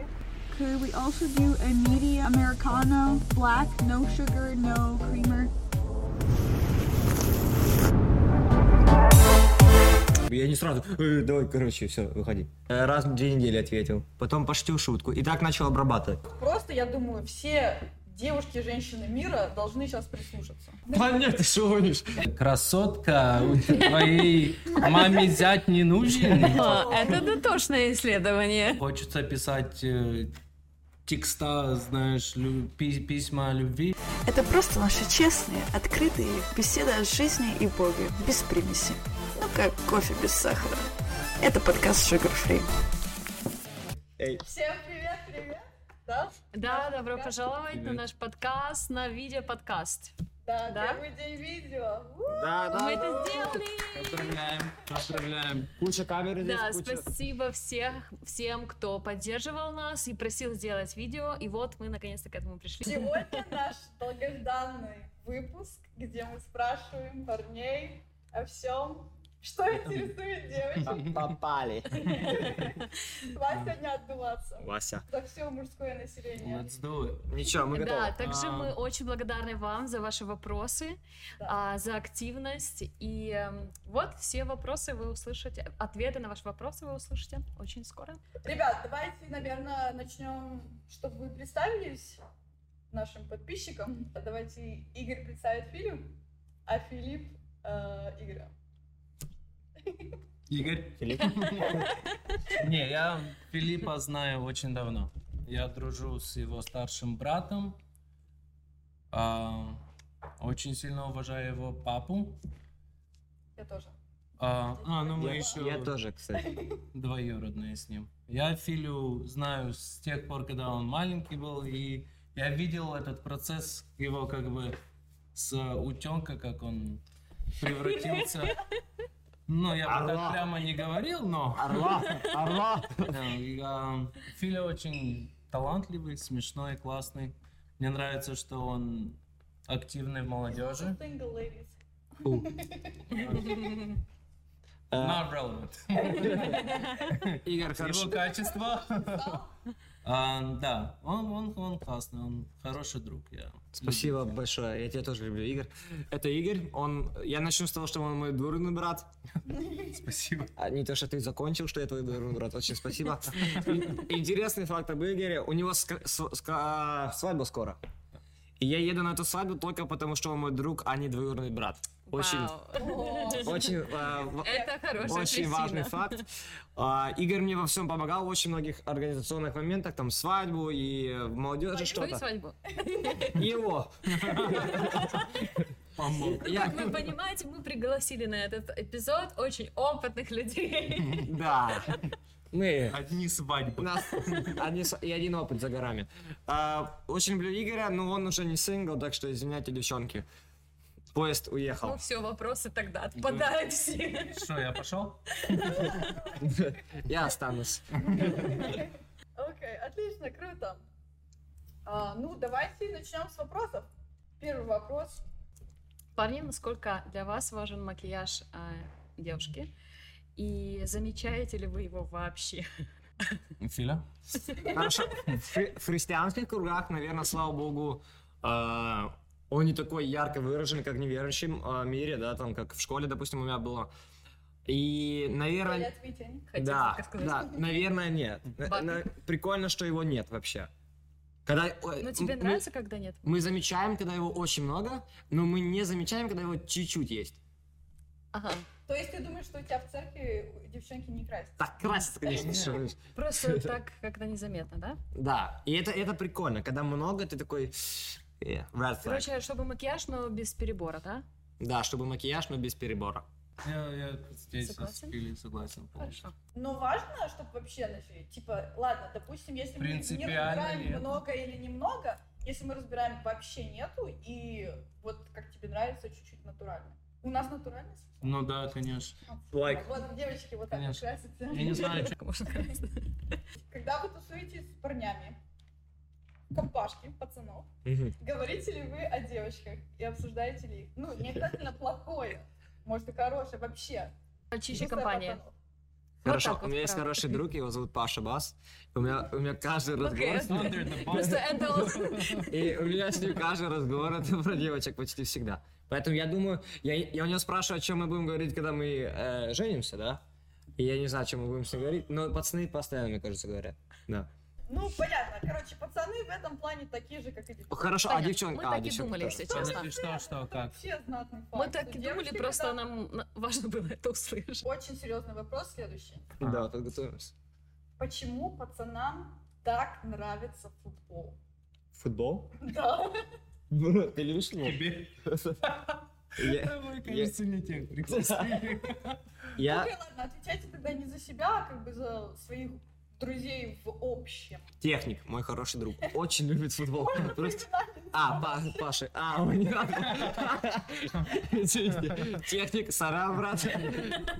shampoo. We also do a media Americano, black, no sugar, no creamer. Я не сразу, «Э, давай, короче, все, выходи. Э, Раз в две недели ответил. Потом пошутил шутку. И так начал обрабатывать. Просто, я думаю, все девушки и женщины мира должны сейчас прислушаться. Да нет, ты что гонишь? Красотка, у твоей маме зять не нужен. О, Это дотошное исследование. Хочется писать э, текста, знаешь, лю- пи- письма любви. Это просто наши честные, открытые беседы о жизни и Боге, без примеси. Ну, как кофе без сахара. Это подкаст Sugar Free. Эй, Всем привет, привет! Да? Да, Наш добро подкаст. пожаловать на Привет. наш подкаст, на видео-подкаст. Да, Да? первый день видео. У, да, да. Мы это сделали! Поздравляем, поздравляем. Куча камеры здесь, Да, куча. спасибо всех, всем, кто поддерживал нас и просил сделать видео. И вот мы наконец-то к этому пришли. Сегодня наш долгожданный выпуск, где мы спрашиваем парней о всем, что интересует девочек. Попали. Давай сегодня отдуваться Вася. за все мужское население. Let's do it. Ничего, мы Да, готовы. также А. мы очень благодарны вам за ваши вопросы, Да. а, за активность. И эм, вот все вопросы вы услышите, ответы на ваши вопросы вы услышите очень скоро. Ребят, давайте, наверное, начнем, чтобы вы представились нашим подписчикам. А Давайте Игорь представит фильм, а Филипп э, Игоря. Игорь? Филипп. Не, я Филиппа знаю очень давно. Я дружу с его старшим братом. А, Очень сильно уважаю его папу. Я тоже. А, а, ну мы Я- еще... Я тоже, кстати. двоюродные с ним. Я Филю знаю с тех пор, когда он маленький был, и я видел этот процесс его как бы с утенка, как он превратился. Ну, я бы Орла. так прямо не говорил, но Орла, орла. э, я- Филя очень талантливый, смешной, классный. Мне нравится, что он активный в молодежи. Single ladies. Not relevant. Э, Игорь, Его хорошо. качество. А, да, он, он, он классный, он хороший друг. Я Спасибо большое, я тебя тоже люблю, Игорь. Это Игорь, он... Я начну с того, что он мой дурный брат. люблю. Спасибо. А не то, что ты закончил, что я твой дурный брат. Очень спасибо. Ин- Интересный факт об Игоре. У него ск- св- ск- а, свадьба скоро. И я еду на эту свадьбу только потому, что он мой друг, а не двоюродный брат. Очень, О, очень, а, в- Это хорошая очень причина. важный факт. А, Игорь мне во всем помогал в очень многих организационных моментах, там свадьбу и э, в молодежи Твою что-то. свадьбу. Его. Помог. Ну, Я- как вы понимаете, мы пригласили на этот эпизод очень опытных людей. Да. Мы Одни У свадьбы. нас одни с- и один опыт за горами. А, очень люблю Игоря, но он уже не сингл, так что извиняйте, девчонки. Поезд Ну уехал. все, вопросы тогда отпадают все. Что, я пошел? Я останусь. Окей, отлично, круто. А, ну, давайте начнем с вопросов. Первый вопрос. Парни, насколько для вас важен макияж а, девушки? И замечаете ли вы его вообще? Филя? Хорошо. В хри- в христианских кругах, наверное, слава богу, а, он не такой ярко выражен, как в неверующем а, мире, да, там, как в школе, допустим, у меня было. И, наверное... Привет, Витя. Хотите да, так сказать? да, наверное, нет. На- Бак. на- Прикольно, что его нет вообще. Когда, ой, Но Ну, тебе м- мы- нравится, когда нет? Мы замечаем, когда его очень много, но мы не замечаем, когда его чуть-чуть есть. Ага. То есть ты думаешь, что у тебя в церкви девчонки не красят? Так красится, конечно. что- Просто так как-то незаметно, да? Да, и это, это прикольно. Когда много, ты такой... э, red flag. Короче, чтобы макияж, но без перебора, да? Да, чтобы макияж, но без перебора. Я, я здесь с Согласен? Филей согласен. полностью. Хорошо. Но важно, чтобы вообще начали. Типа, ладно, допустим, если мы не Принципиально разбираем нет. много или немного, если мы разбираем вообще нету, и вот как тебе нравится, чуть-чуть натурально. У нас натуральность? Ну да, конечно. Лайк. Вот девочки вот так вот Конечно. красятся. Я не знаю, что... Можно красить. Когда вы тусуетесь с парнями, компашки, пацанов, говорите ли вы о девочках и обсуждаете ли их? Ну, не обязательно плохое, может и хорошее вообще. Чище Чувство компания. пацанов. Хорошо, так у вот, меня есть правда. хороший друг, его зовут Паша Бас. У меня, у меня каждый разговор... с ним- Under the bomb. Просто это... И у меня с ним каждый разговор это про девочек почти всегда. Поэтому я думаю, я, я у него спрашиваю, о чем мы будем говорить, когда мы э, женимся, да? И я не знаю, о чем мы будем с ним говорить, но пацаны постоянно, мне кажется, говорят. Да. Ну, понятно. Короче, пацаны в этом плане такие же, как и девчонки. Хорошо, Понятно. а девчонка? Мы а, так и девчонки думали, тоже. если Ну, честно. и что, что, как? Вообще знатный факт. Мы так и Что думали, девушки, просто когда- нам на- важно было это услышать. Очень серьезный вопрос следующий. Да, подготовимся. Почему пацанам так нравится футбол? Футбол? Да. Брат, ты любишь Тебе? футбол? Я- Вы, кажется, не тех пригласили. Я... Окей, ладно, отвечайте тогда не за себя, а как бы за своих друзей в общем. Техник, мой хороший друг, очень любит футбол. Просто... Знаете, А, Па- Паша, а, он не надо. Извините. Техник, сара, брат.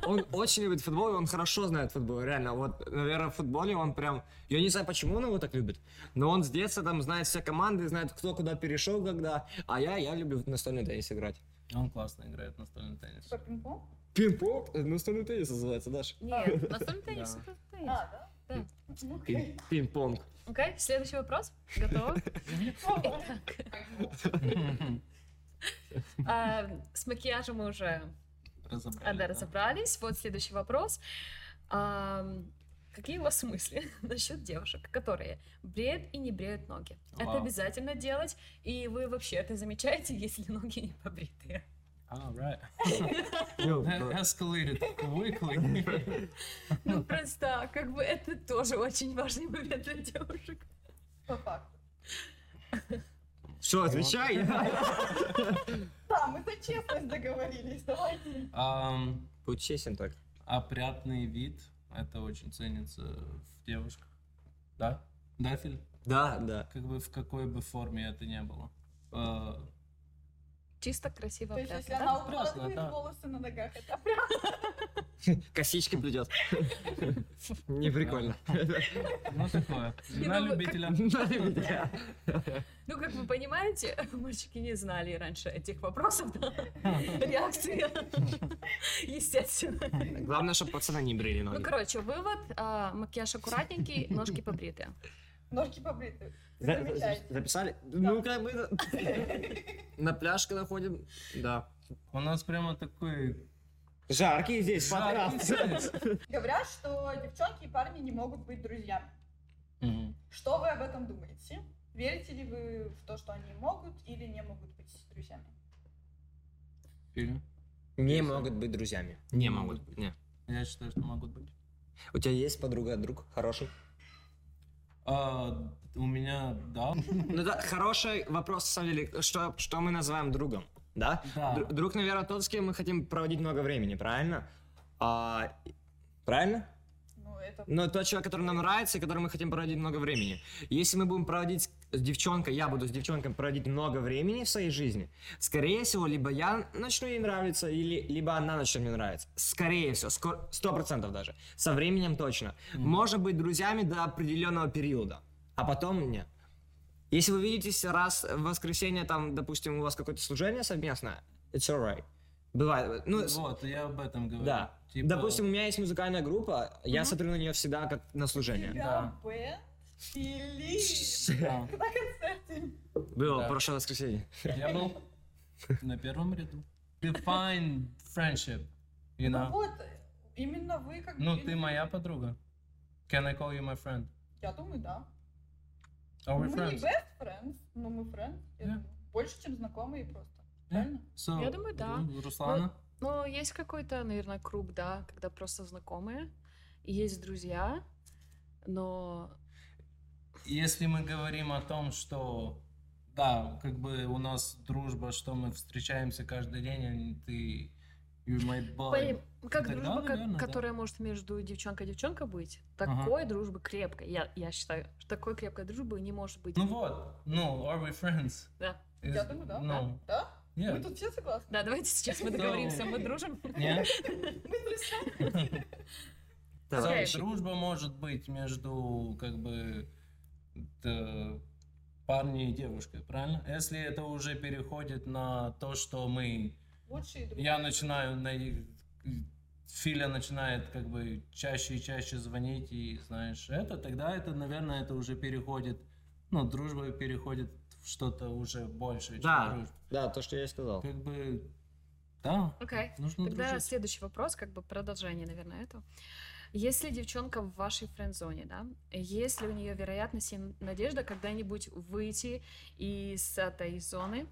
Он очень любит футбол, и он хорошо знает футбол, реально. Вот, наверное, в футболе он прям... Я не знаю, почему он его так любит, но он с детства там знает все команды, знает, кто куда перешел, когда. А я, я люблю в настольный теннис играть. Он классно играет в настольный теннис. Типа пинг-понг? Пинг-понг? Настольный теннис называется, Даша. Нет, настольный теннис, Да. настольный теннис. А, да? Да. Ну, Пин- Пинг-понг. Окей, следующий вопрос. Готово? Итак, а, с макияжем мы уже Разобрали, а, да. да, разобрались. Вот следующий вопрос. А, какие у вас мысли насчет девушек, которые бреют и не бреют ноги? Это Вау. обязательно делать. И вы вообще это замечаете, если ноги не побритые? Alright. Yo, bro. Э, Escalated quickly. Ну, просто, как бы, это тоже очень важный момент для девушек. по факту. Ну. Все, отвечай. Да, мы за честность договорились, давайте. Ам, Будь честен так. Опрятный вид, это очень ценится в девушках. Да? Да, Филь? Да, да. Как бы в какой бы форме это не было. Э, Чисто, красиво, То есть, если опрятно, да? она прекрасно, укладывает да. волосы на ногах, это прям Косички плетет. Не прикольно. Ну, такое. Жена ну, как- любителя. Ну, как вы понимаете, мальчики не знали раньше этих вопросов, А, да? Реакции, естественно. Главное, чтобы пацаны не брили Ну, ноги. короче, вывод. а, Макияж аккуратненький, ножки побритые. ножки побриты. За- Замечательно. Записали? Ну, как мы на- на пляж, когда ходим, да. У нас прямо такой... Жаркий здесь, жаркий теннис. Говорят, что девчонки и парни не могут быть друзьями. Мгм. Что вы об этом думаете? Верите ли вы в то, что они могут или не могут быть друзьями? Фильм. Не могут быть друзьями. Не могут быть, не. Я считаю, что могут быть. У тебя есть подруга, друг хороший? А, у меня, да. Ну да, хороший вопрос, на самом деле, что, что мы называем другом, да? Да. Друг, друг, наверное, тот, с кем мы хотим проводить много времени, правильно? А, правильно? Ну, это... Но тот человек, который нам нравится, и который мы хотим проводить много времени. Если мы будем проводить с девчонкой, я буду с девчонкой проводить много времени в своей жизни, скорее всего, либо я начну ей нравиться, или, либо она начнет мне нравиться. Скорее всего, скор- сто процентов даже. Со временем точно. Мгм. Можно быть друзьями до определенного периода, а потом нет. Если вы видитесь раз в воскресенье, там, допустим, у вас какое-то служение совместное, it's alright. Бывает. Ну, с- вот, я об этом говорю. да. Типа, Допустим, у меня есть музыкальная группа, я Мгм. смотрю на нее всегда как на служение. Тебя, Да. Бен, Филипп да. на концерте. Было Да. прошлое воскресенье. Я был на первом ряду. Define friendship, you Ну know? вот, именно вы как бы... Ну, ты моя подруга. Can I call you my friend? Я думаю, да. Are Мы we не friends? best friends, но мы friends. я Да. думаю. Больше, чем знакомые просто. Yeah? Правильно? So, Я думаю, да. Ру- Ну, Руслана? Но Ну, есть какой-то, наверное, круг, да, когда просто знакомые, и есть друзья, но Если мы говорим о том, что да, как бы у нас дружба, что мы встречаемся каждый день, и ты you my boy. Пони- Как Тогда, дружба, как- наверное, да. которая может между девчонкой и девчонкой быть, Ага. такой дружбы крепкой, я, я считаю, что такой крепкой дружбы не может быть. Ну вот, ну, are we friends? Да. Is- Я думаю, да. No. Да? Yeah. Мы тут все согласны? Да, давайте сейчас мы Да. договоримся, мы дружим. Нет? Мы друзья. Да, Товарищи. дружба может быть между как бы т- парнем и девушкой, правильно? Если это уже переходит на то, что мы Лучшие друзья. я начинаю на- Филя начинает как бы чаще и чаще звонить, и знаешь, это, тогда это, наверное, это уже переходит, ну, дружба переходит в что-то уже большее, чем Да. дружба. Да, то, что я и сказал. Как бы, да, Окей. нужно Тогда дружить. следующий вопрос, как бы продолжение, наверное, этого. Если девчонка в вашей френдзоне, да, есть ли у нее вероятность и надежда когда-нибудь выйти из этой зоны,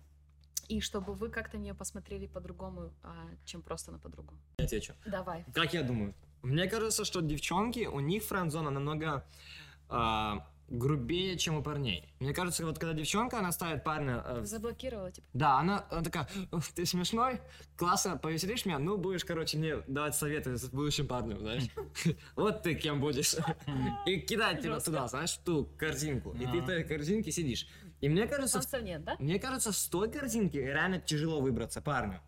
и чтобы вы как-то на нее посмотрели по-другому, а, чем просто на подругу? Я отвечу. Давай. Как я думаю? Мне кажется, что девчонки, у них френд-зона намного а, грубее, чем у парней. Мне кажется, вот когда девчонка, она ставит парня... э, в- Заблокировала, типа. Да, она, она такая, «Ух, ты смешной, классно, повеселишь меня, ну, будешь, короче, мне давать советы с будущим парнем, знаешь. Вот ты кем будешь. И кидать тебя Жестко. туда, знаешь, в ту корзинку. И ты в Да. той корзинке сидишь. И мне кажется, в Шансов нет, да? мне кажется, с той корзинки реально тяжело выбраться парню.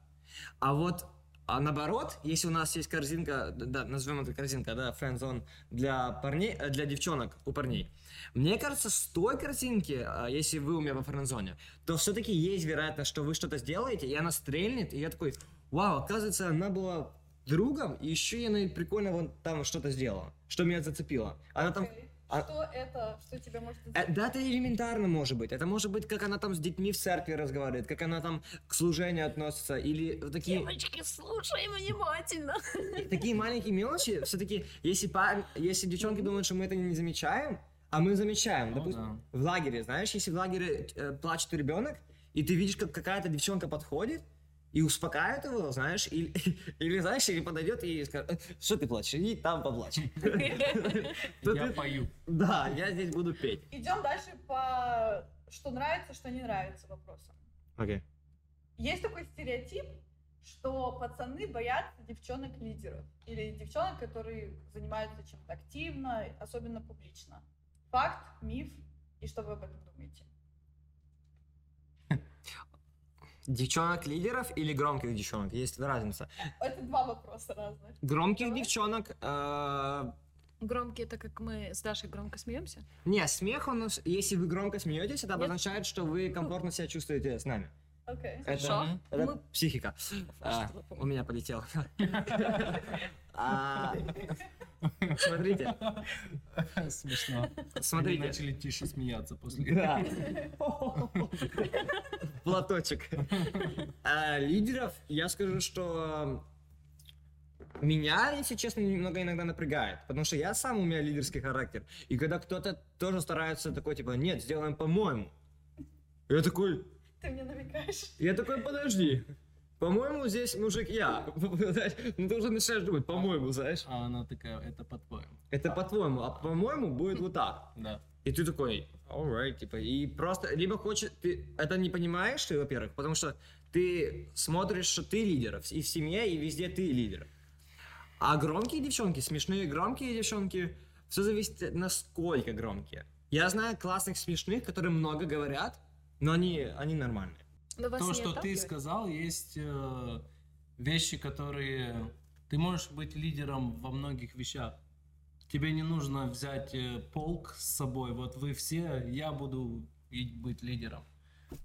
А вот а наоборот, если у нас есть корзинка, д- да, назовем это корзинка, да, френдзон для парней, э, для девчонок у парней. Мне кажется, с той корзинки, а, если вы у меня во френдзоне, то все-таки есть вероятность, что вы что-то сделаете, и она стрельнет, и я такой, вау, оказывается, она была другом, и еще я на прикольно вон там что-то сделала, что меня зацепило. Она там Окей. а- Что это, что тебя может... Э, Да, это элементарно может быть. Это может быть, как она там с детьми в церкви разговаривает, как она там к служению относится, или вот такие, Девочки, слушай внимательно. такие маленькие мелочи. Все-таки, если, пар- если девчонки думают, что мы это не замечаем, а мы замечаем. Ну Допустим, в лагере, знаешь, если в лагере э, плачет ребенок, и ты видишь, как какая-то девчонка подходит, и успокаивает его, знаешь, или, или знаешь, или подойдет и скажет, «Э, что ты плачешь, иди там поплачь. Да Я ты- пою. Да, я здесь буду петь. Идем дальше по что нравится, что не нравится вопросам. Окей. Есть такой стереотип, что пацаны боятся девчонок-лидеров или девчонок, которые занимаются чем-то активно, особенно публично. Факт, миф, и что вы об этом думаете? Девчонок-лидеров или громких девчонок? Есть разница. Это два вопроса разных. Громких Давай. девчонок. э, Громкие, это как мы с Дашей громко смеемся. Не, смех у нас. Если вы громко смеетесь, это Нет. Ну. обозначает, что вы комфортно себя чувствуете с нами. Окей. Это- Хорошо. Это Мы- психика. А, Что у меня полетело. А, Смотрите, Смешно. Они смотрите. начали тише смеяться после этого. Да. Платочек. А, лидеров, я скажу, что меня, если честно, немного иногда напрягает, потому что я сам, у меня лидерский характер. И когда кто-то тоже старается такой, типа, нет, сделаем по-моему. Я такой, Ты мне намекаешь. я такой, подожди. По-моему, здесь мужик я. Знаешь, Ну ты уже начинаешь думать, по-моему, знаешь. А она такая, это по-твоему. Это по-твоему, а по-моему будет вот так. Да. И ты такой, alright, типа, и просто, либо хочешь, ты это не понимаешь, ты, во-первых, потому что ты смотришь, что ты лидер, в- и в семье, и везде ты лидер. А громкие девчонки, смешные громкие девчонки, все зависит, насколько громкие. Я знаю классных смешных, которые много говорят, но они, они нормальные. Но вас То, не что ты отталкивает? сказал, есть э, вещи, которые... Ты можешь быть лидером во многих вещах. Тебе не нужно взять э, полк с собой. Вот вы все, я буду и быть лидером.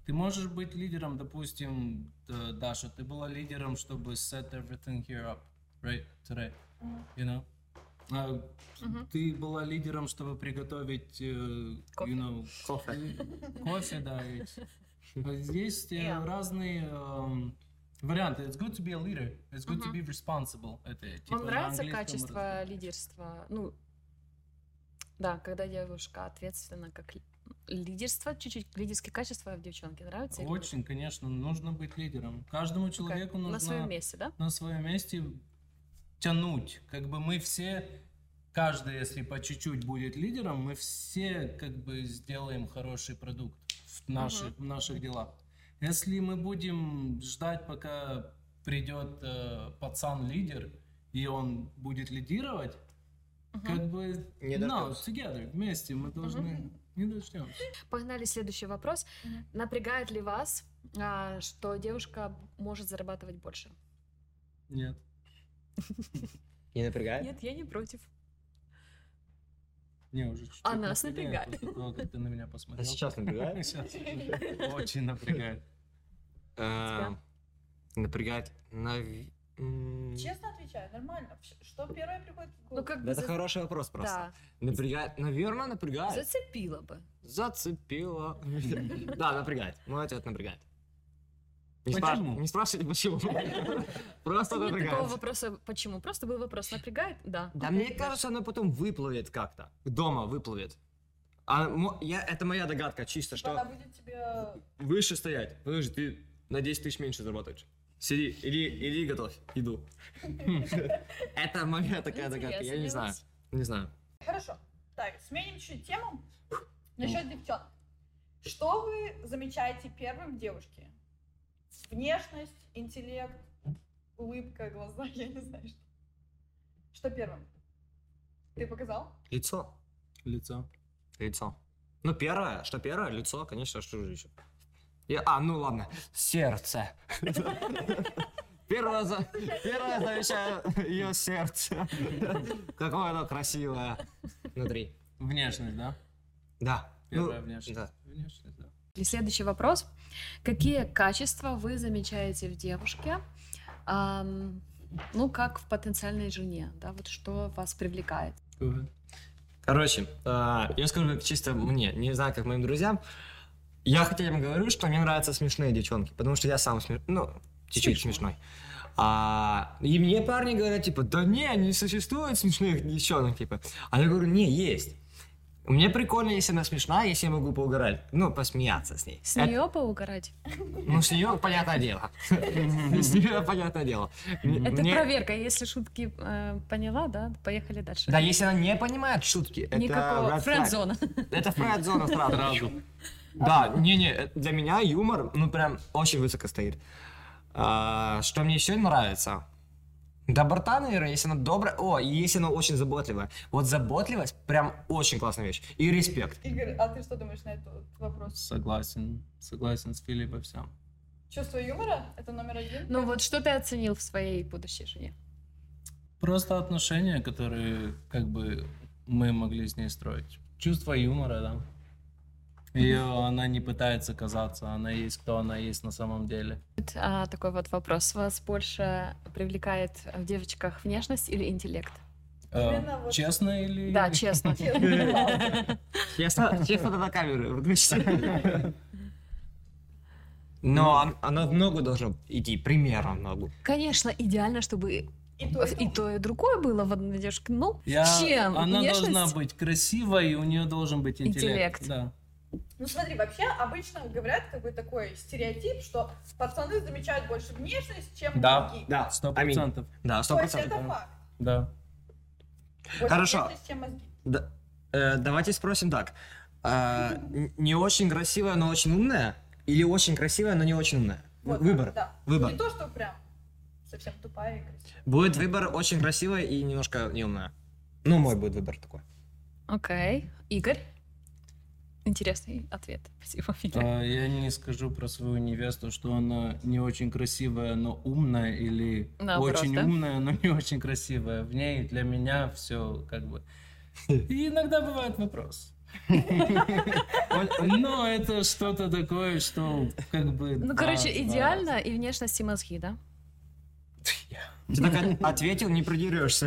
Ты можешь быть лидером, допустим, э, Даша, ты была лидером, чтобы set everything here up, right, today, you know? А, Мгм. Ты была лидером, чтобы приготовить, э, Кофе. you know, Кофе. Э, Кофе, да, ведь. А Здесь э, Yeah. разные эм, варианты. It's good to be a leader. It's good to Мгм. be responsible. Это типа Вам на нравится английском качество раз- лидерства? Ну, да, когда девушка ответственна как ли- лидерство, чуть-чуть лидерские качества в девчонке нравится? или нет? Очень, конечно, нужно быть лидером. Каждому Как? человеку нужно На своем месте, да? на своем месте тянуть. Как бы мы все, каждый, если по чуть-чуть будет лидером, мы все как бы сделаем хороший продукт в наших, в наших делах. Если мы будем ждать, пока придет пацан-лидер, и он будет лидировать, Мгм. как бы... Не no, дождёмся. together, вместе мы должны... Не дождемся. Погнали следующий вопрос. Мгм. Напрягает ли вас, а, что девушка может зарабатывать больше? Нет. Не напрягает? Нет, я не против. Не, уже чуть-чуть А нас напрягает. после того, как ты на меня посмотрел. А сейчас напрягает? Сейчас уже Очень напрягает. А, Эм, Напрягает. нав- М, Честно отвечаю, нормально. Вс- Что первое приходит в голову? Типа, Ну, как да бы Это за- хороший вопрос просто. да, Напрягает. Наверное, напрягает. зацепило бы. Зацепило. Да, напрягает. Мой ответ напрягает. Не Почему? спраш- Не спрашивайте, почему. Просто Нет такого напрягает. вопроса, почему. Просто был вопрос, напрягает? Да. Да Окей, мне кажется, оно потом выплывет как-то. Дома выплывет. А мо- я, это моя догадка чисто, Она что будет тебе... выше стоять. Подожди, ты на 10 тысяч меньше зарабатываешь. Сиди, иди, иди готовь, иду. Это моя такая догадка, я не знаю. сомневаюсь. Не знаю. Хорошо. Так, сменим чуть тему. Насчет девчонок. Что вы замечаете первым в девушке? Внешность, интеллект, улыбка, глаза, я не знаю что. Что первым? Ты показал? Лицо. Лицо. Лицо. Ну, первое, что первое, лицо, конечно, что же еще. Я, а, ну ладно, сердце. Первое, за, первое замечаю ее сердце. Какое оно красивое. Внутри. Внешность, да? Да. Первая Ну, внешность. да. Внешность, да. И следующий вопрос. Какие качества вы замечаете в девушке, ам, ну, как в потенциальной жене, да, вот что вас привлекает? Какое? Короче, э, я скажу как чисто мне, не знаю, как моим друзьям. Я хотя им говорю, что мне нравятся смешные девчонки, потому что я сам смешной, ну, чуть-чуть Смешной. смешной. А, и мне парни говорят, типа, да не, не существует смешных девчонок, типа. А я говорю, не, есть. Мне прикольно, если она смешная, если я могу поугарать, ну, посмеяться с ней. С Это- нее поугарать? ну, с нее понятное дело. С нее понятное дело. М- Это мне- проверка. Если шутки э, поняла, да, поехали дальше. Да, если она не понимает шутки, это Никакого red flag. френд-зона. Это фред-зона сразу. Сразу. Да, не-не, э, для меня юмор, ну, прям очень высоко стоит. А, что мне еще нравится? Доброта, наверное, если она добрая. О, и если она очень заботливая. Вот заботливость прям очень классная вещь. И респект. Игорь, а ты что думаешь на этот вопрос? Согласен. Согласен с Филиппом всем. Чувство юмора? Это номер один? Ну вот что ты оценил в своей будущей жене? Просто отношения, которые как бы мы могли с ней строить. Чувство юмора, да. Ее она не пытается казаться, она есть кто она есть на самом деле. Вот, а, такой вот вопрос. Вас больше привлекает в девочках внешность или интеллект? Э, Именно вот- честно или... Да, честно. Честно. Я ста- честно на камеру. выключите. Но он- она в ногу должна идти, примерно в ногу. Конечно, идеально, чтобы И то, и то, и другое было в одной девушке. Ну, Я- чем? Она Внешность? должна быть красивой, и у нее должен быть интеллект. Интеллект. Да. Ну смотри, вообще обычно говорят как бы такой стереотип, что пацаны замечают больше внешность, чем Да, мозги. Да, Сто аминь. процентов. Да, сто То есть процентов. это да. факт. Да. Больше Хорошо. внешность, чем мозги. Да. Э, давайте спросим так. А, н- не очень красивая, но очень умная? Или очень красивая, но не очень умная? В- Вот, выбор. Да. Выбор. Не то, что прям совсем тупая и красивая. Будет выбор очень красивая и немножко не умная. Ну, мой будет выбор такой. Окей. Игорь? Интересный ответ. Спасибо, Филя. А, Я не скажу про свою невесту, что она не очень красивая, но умная, или Наоборот, очень да? умная, но не очень красивая. В ней для меня все как бы. И иногда бывает вопрос. Но это что-то такое, что как бы. Ну, да, короче, да. идеально и внешность, и мозги, да? Ты так от- ответил, не придерешься.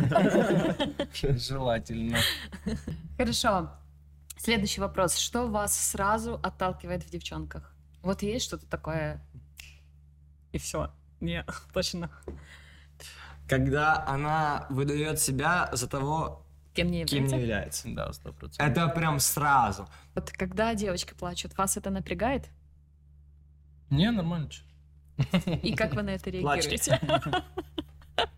Желательно. Хорошо. Следующий вопрос. Что вас сразу отталкивает в девчонках? Вот есть что-то такое? И все. Не, точно. Когда она выдает себя за того, Кем не кем является? не является. Да, сто процентов. Это прям сразу. Вот когда девочки плачут, вас это напрягает? Не, нормально. чё. И как вы на это Плачьте. реагируете?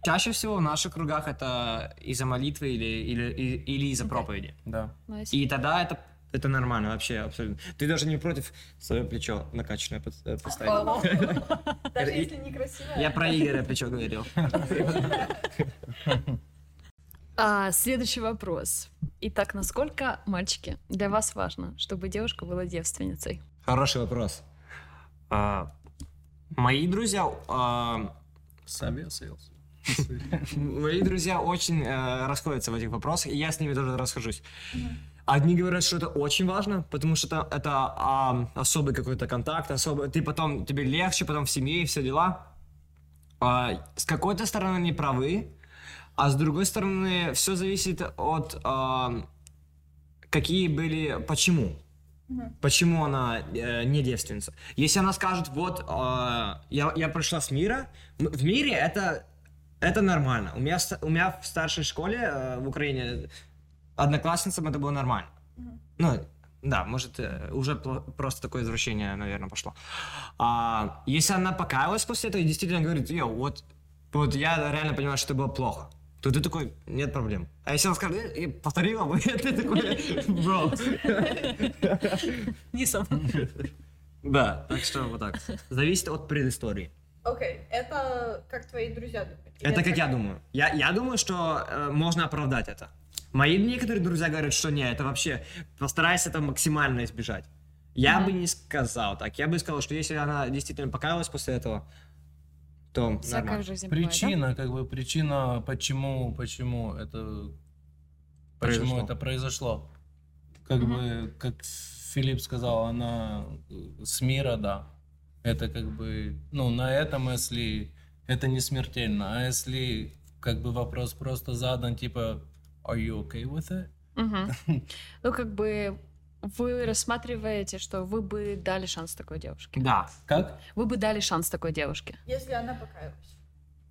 Чаще всего в наших кругах это из-за молитвы или, или, и- или из-за Да. проповеди. Да. Ну, если- И тогда это, это нормально вообще абсолютно. Ты даже не против свое плечо накачанное под- э, подставить. Типа, Даже И- если некрасивая. Я про Игоря плечо говорил. А, следующий вопрос. Итак, насколько, мальчики, для вас важно, чтобы девушка была девственницей? Хороший вопрос. А, Мои друзья, а, Совесился. мои друзья очень э, расходятся в этих вопросах, и я с ними тоже расхожусь. Одни говорят, что это очень важно, потому что это, это, а, особый какой-то контакт, особый, ты потом, тебе легче, потом в семье и все дела. а, с какой-то стороны они правы, а с другой стороны все зависит от а, какие были, почему. Мгм. Почему она э, не девственница? Если она скажет, вот а, я, я пришла с мира, м- в мире это, это нормально. У меня, ста- у меня в старшей школе э, в Украине одноклассницам это было нормально. Мгм. Ну, да, может, э, уже пл- просто такое извращение, наверное, пошло. А, если она покаялась после этого и действительно говорит, йоу, вот, вот я реально понимаю, что это было плохо, то ты такой, нет проблем. А если она скажет, «Э, и повторила бы, ты такой, бро. Не сам. Да, так что вот так. Зависит от предыстории. Окей, это как твои друзья думают? Или Это как я думаю. Я, я думаю, что э, можно оправдать это. Мои некоторые друзья говорят, что не, это вообще постарайся это максимально избежать. Я бы не сказал так. Я бы сказал, что если она действительно покаялась после этого, то Всякое в нормально. жизни бывает, да? Причина, как бы причина, почему, почему это, почему Произошло. это произошло. Как бы, как Филипп сказал, она э, с мира, да. Это как бы, ну, на этом, если это не смертельно, а если как бы вопрос просто задан, типа, are you okay with it? Мгм. Ну, как бы вы рассматриваете, что вы бы дали шанс такой девушке. Да. Как? Вы бы дали шанс такой девушке. Если она покаялась.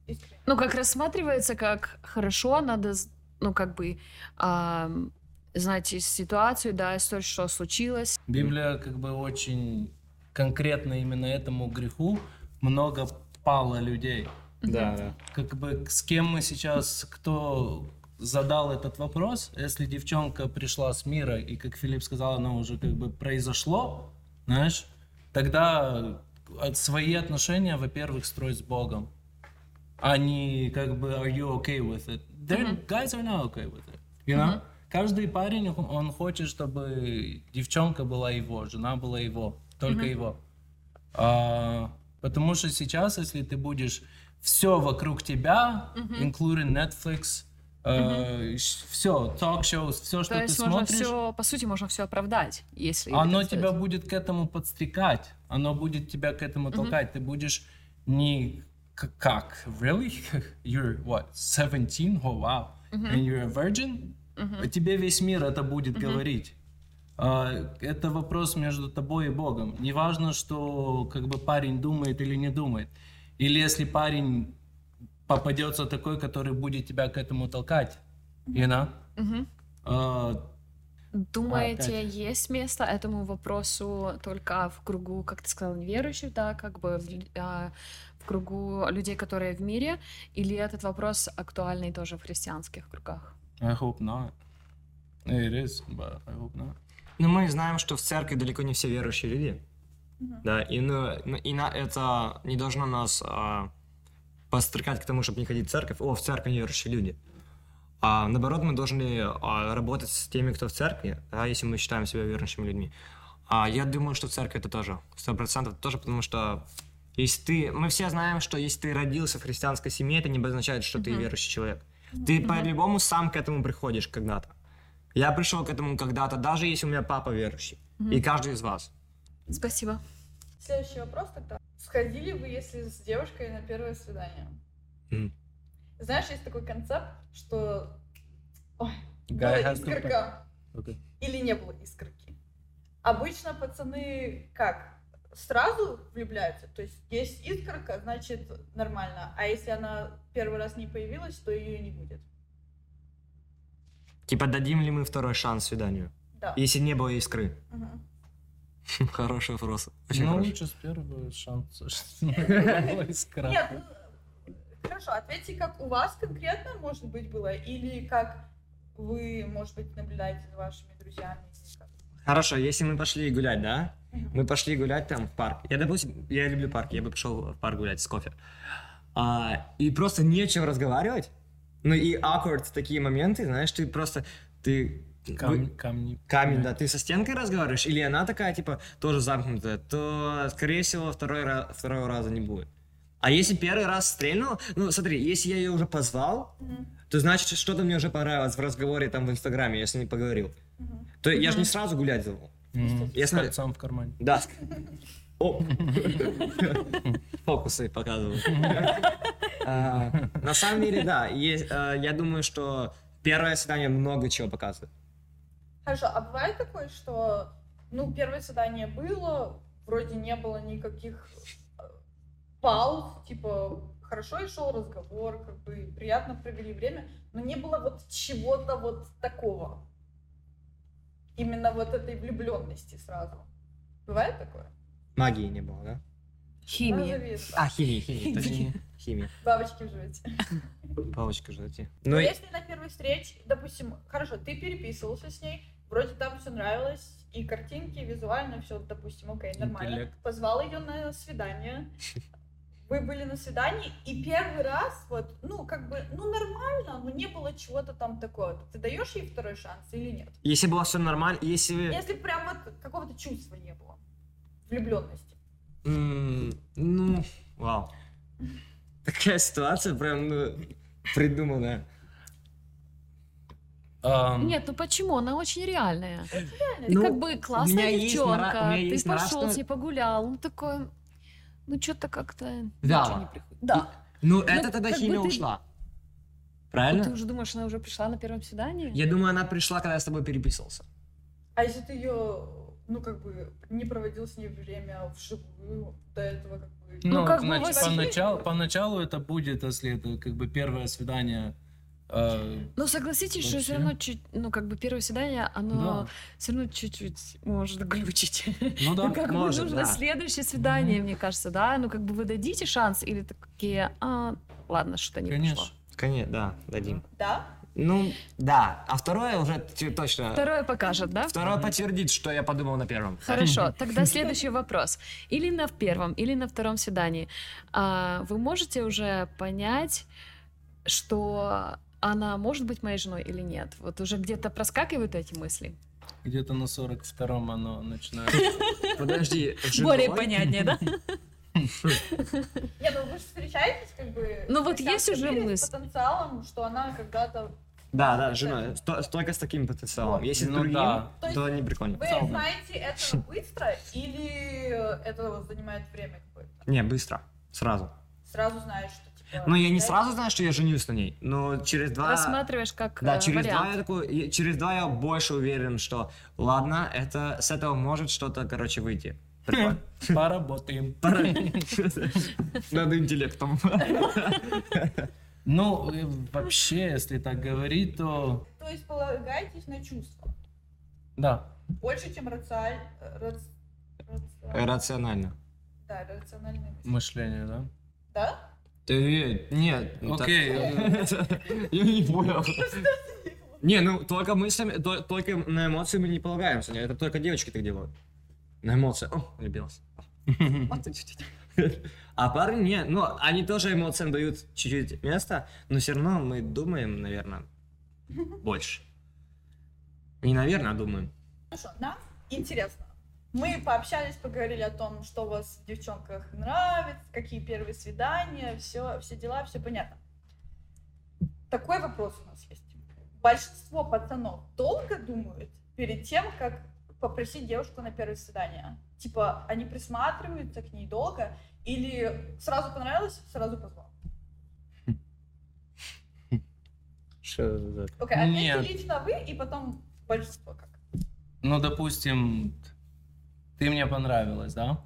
Искренне. Ну, как рассматривается, как хорошо надо, з- ну, как бы, ам, знать и ситуацию, да, историю, что случилось. Библия как бы очень конкретно именно этому греху много пало людей. Да, да. как бы с кем мы сейчас, кто задал этот вопрос, если девчонка пришла с мира, и, как Филипп сказал, она уже как бы произошло, знаешь, тогда от- свои отношения, во-первых, строй с Богом, а не как бы are you okay with it? They're- Guys are not okay with it, you know? Каждый парень, он- он хочет, чтобы девчонка была его, жена была его, только его. А, потому что сейчас, если ты будешь все вокруг тебя, including Netflix, Э, все, ток-шоу, все, что То ты есть можно смотришь, все, по сути, можно все оправдать, если... оно так тебя сказать. будет к этому подстрекать, оно будет тебя к этому толкать, ты будешь не к- как, really? You're what, 17? Oh, wow. And you're a virgin? Тебе весь мир это будет говорить. А, Это вопрос между тобой и Богом. Неважно, что как бы парень думает или не думает. Или если парень попадется такой, который будет тебя к этому толкать. You know? Мгм. А, Думаете, опять. есть место этому вопросу только в кругу, как ты сказал, неверующих, да, как бы в, лю- а, в кругу людей, которые в мире, или этот вопрос актуальный тоже в христианских кругах? I hope not. It is, but I hope not. Но мы знаем, что в церкви далеко не все верующие люди. Мгм. Да, и, на, на- и на это не должно нас а, подстрекать к тому, чтобы не ходить в церковь. О, в церкви неверующие люди. А наоборот, мы должны а, работать с теми, кто в церкви, да, если мы считаем себя верующими людьми. А я думаю, что в церкви это тоже, сто процентов тоже, потому что если ты, мы все знаем, что если ты родился в христианской семье, это не обозначает, что ты Мгм. верующий человек. Ты по-любому сам к этому приходишь когда-то. Я пришел к этому когда-то, даже если у меня папа верующий, Мгм. и каждый из вас. Спасибо. Следующий вопрос тогда. Сходили вы, если с девушкой на первое свидание? Мгм. Знаешь, есть такой концепт, что Guy была has to pay. искорка Okay. или не было искорки. Обычно пацаны как? Сразу влюбляются, то есть есть искорка, значит нормально. А если она первый раз не появилась, то ее и не будет. Типа, дадим ли мы второй шанс свиданию? Да. Если не было искры. Мгм. Хороший вопрос. Очень Ну, хороший. лучше с первого шанса. что не было искра. Нет, ну, хорошо, ответьте, как у вас конкретно, может быть, было, или как вы, может быть, наблюдаете за вашими друзьями. или как? Хорошо, если мы пошли гулять, да? Мгм. Мы пошли гулять там в парк. Я, допустим, я люблю парк, я бы пошел в парк гулять с кофе. А, и просто не о чем разговаривать. Ну и awkward такие моменты, знаешь, ты просто, ты... Кам- вы- камни. камень, да, ты со стенкой разговариваешь, или она такая, типа, тоже замкнутая, то, скорее всего, второй, ра- второго раза не будет. А если первый раз стрельнул, ну, смотри, если я ее уже позвал, Мгм. то значит, что-то мне уже понравилось в разговоре там в Инстаграме, если не поговорил. Мгм. То я же не сразу гулять зову. Мгм. Я С смотрю- кольцом в кармане. Да. О. Фокусы показываю. А, На самом деле, да, есть, а, я думаю, что первое свидание много чего показывает. Хорошо, а бывает такое, что, ну, первое свидание было, вроде не было никаких э, пауз, типа, хорошо и шел разговор, как бы приятно провели время, но не было вот чего-то вот такого. Именно вот этой влюбленности сразу. Бывает такое? Магии не было, да? Химия. Назови это. А, химии, химии, точнее. Химия. Бабочки в животе. Палочка ждать. Но Ну, и- если на первой встрече, допустим, хорошо, ты переписывался с ней, вроде там все нравилось, и картинки, и визуально все, допустим, окей, нормально. Интеллект. Позвал ее на свидание. Вы были на свидании, и первый раз, вот, ну, как бы, ну, нормально, но не было чего-то там такого. Ты даешь ей второй шанс или нет? если было все нормально, если... Если прям вот какого-то чувства не было, влюбленности. М, Ну, вау. Такая ситуация прям, ну, придуманная. Ам, Нет, ну почему? Она очень реальная. Ты Ну, как бы у меня классная есть нара- у девчонка. меня Ты есть пошел, нравственное- с ней погулял. Он такой, ну что-то как-то... Вяло. ничего не приходит. Да. Ну, это тогда как бы химия ты- ушла. А Ты Правильно? уже думаешь, она уже пришла на первом свидании? Я думаю, она пришла, когда я с тобой переписывался. А если ты ее, ну, как бы, не проводил с ней время вживую до этого, как бы... Ну, как бы значит, вот- поначалу, поначалу это будет, если это как бы первое свидание. э, Ну, согласитесь, что все Вообще. равно чуть... Ну, как бы первое свидание, оно Да. все равно чуть-чуть может глючить. Ну да. Ну, как может, бы нужно да. следующее свидание, мне кажется, да? Ну, как бы вы дадите шанс или такие, а, ладно, что-то не Конечно. пошло. Конечно, да, дадим. Да? Ну, да. А второе уже т- точно... Второе покажет, да? Второе подтвердит, что я подумал на первом. Хорошо, тогда следующий вопрос. Или на первом, или на втором свидании а, вы можете уже понять, что она может быть моей женой или нет? Вот уже где-то проскакивают эти мысли? Где-то на 42-м оно начинает. Подожди, Более женой? понятнее, да? Не, ну вы же встречаетесь, как бы... Ну вот хотя бы есть уже люди мысль. С потенциалом, что она когда-то... Да, да, жена. Только с таким потенциалом. Если с Ну другим, да. То есть то не прикольно. Вы Потенциал, да. знаете это быстро или это вот занимает время какое-то? Не, быстро. Сразу. Сразу знаешь, что типа... Ну, я не да, сразу знаю, что я женюсь на ней, но через два... Рассматриваешь как Да, э, через два, я вариант. такой, я- через два я больше уверен, что ладно, это с этого может что-то, короче, выйти. Прикольно. Поработаем. Пора. Надо интеллектом. Ну, э, вообще, если так говорить, то То есть полагаетесь на чувства. да. Больше, чем рациаль... рац- рациаль- Рационально. Да, рациональные мысли. Мышление, да? Да? Ты, нет. ну, так- Окей. э, Я не понял. Не, ну только мыслями, то- только на эмоции мы не полагаемся. Это только девочки так делают. На эмоции. О, влюбился. Вот ты чуть-чуть. А парни, не, ну, они тоже эмоциям дают чуть-чуть места, но все равно мы думаем, наверное, больше. Не, наверное, а думаем. Хорошо, нам интересно. Мы пообщались, поговорили о том, что у вас в девчонках нравится, какие первые свидания, все, все дела, все понятно. Такой вопрос у нас есть. Большинство пацанов долго думают перед тем, как попросить девушку на первое свидание. Типа, они присматриваются к ней долго или сразу понравилось, сразу позвал. Что за... Окей, ответьте Нет. лично вы и потом большинство как. Ну, допустим, ты мне понравилась, да?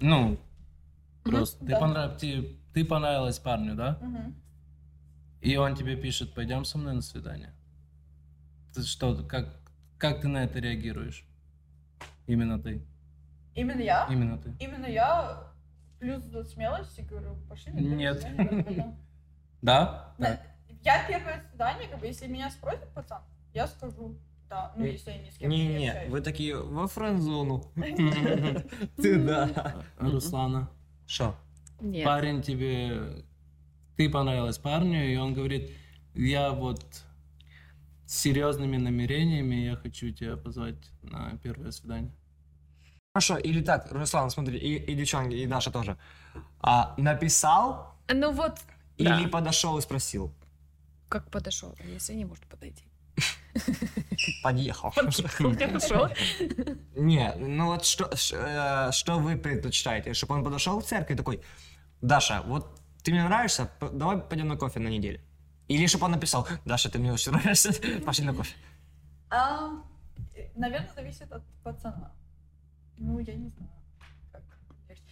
Ну, просто ты, да. понрав- ты- ты понравилась парню, да? Мгм. И он тебе пишет, пойдем со мной на свидание. Ты что, как, как ты на это реагируешь? Именно ты. Именно я. Именно ты. Именно я плюс за смелость и говорю, пошли. на первое Нет. свидание. Да? Да. Так. Я первое свидание, как бы, если меня спросят, пацан, я скажу, да, ну, Э, Не- если я ни с кем не Не-не, общаюсь. вы такие во френдзону. Ты да. Руслана, Шо? Нет. парень тебе... Ты понравилась парню, и он говорит, я вот с серьезными намерениями, я хочу тебя позвать на первое свидание. Хорошо, или так, Руслан, смотри, и, и девчонки, и Даша тоже. А, написал Ну вот, Да. или подошел и спросил? как подошел, если не может подойти. Подъехал. Хорошо. Не, ну вот что, ш- э, что вы предпочитаете? Чтобы он подошел в церковь и такой, Даша, вот ты мне нравишься, п- давай пойдем на кофе на неделю. Или чтобы он написал, Даша, ты мне очень нравишься, пошли на кофе. А, э, наверное, зависит от пацана. Ну, я не знаю. Как легче.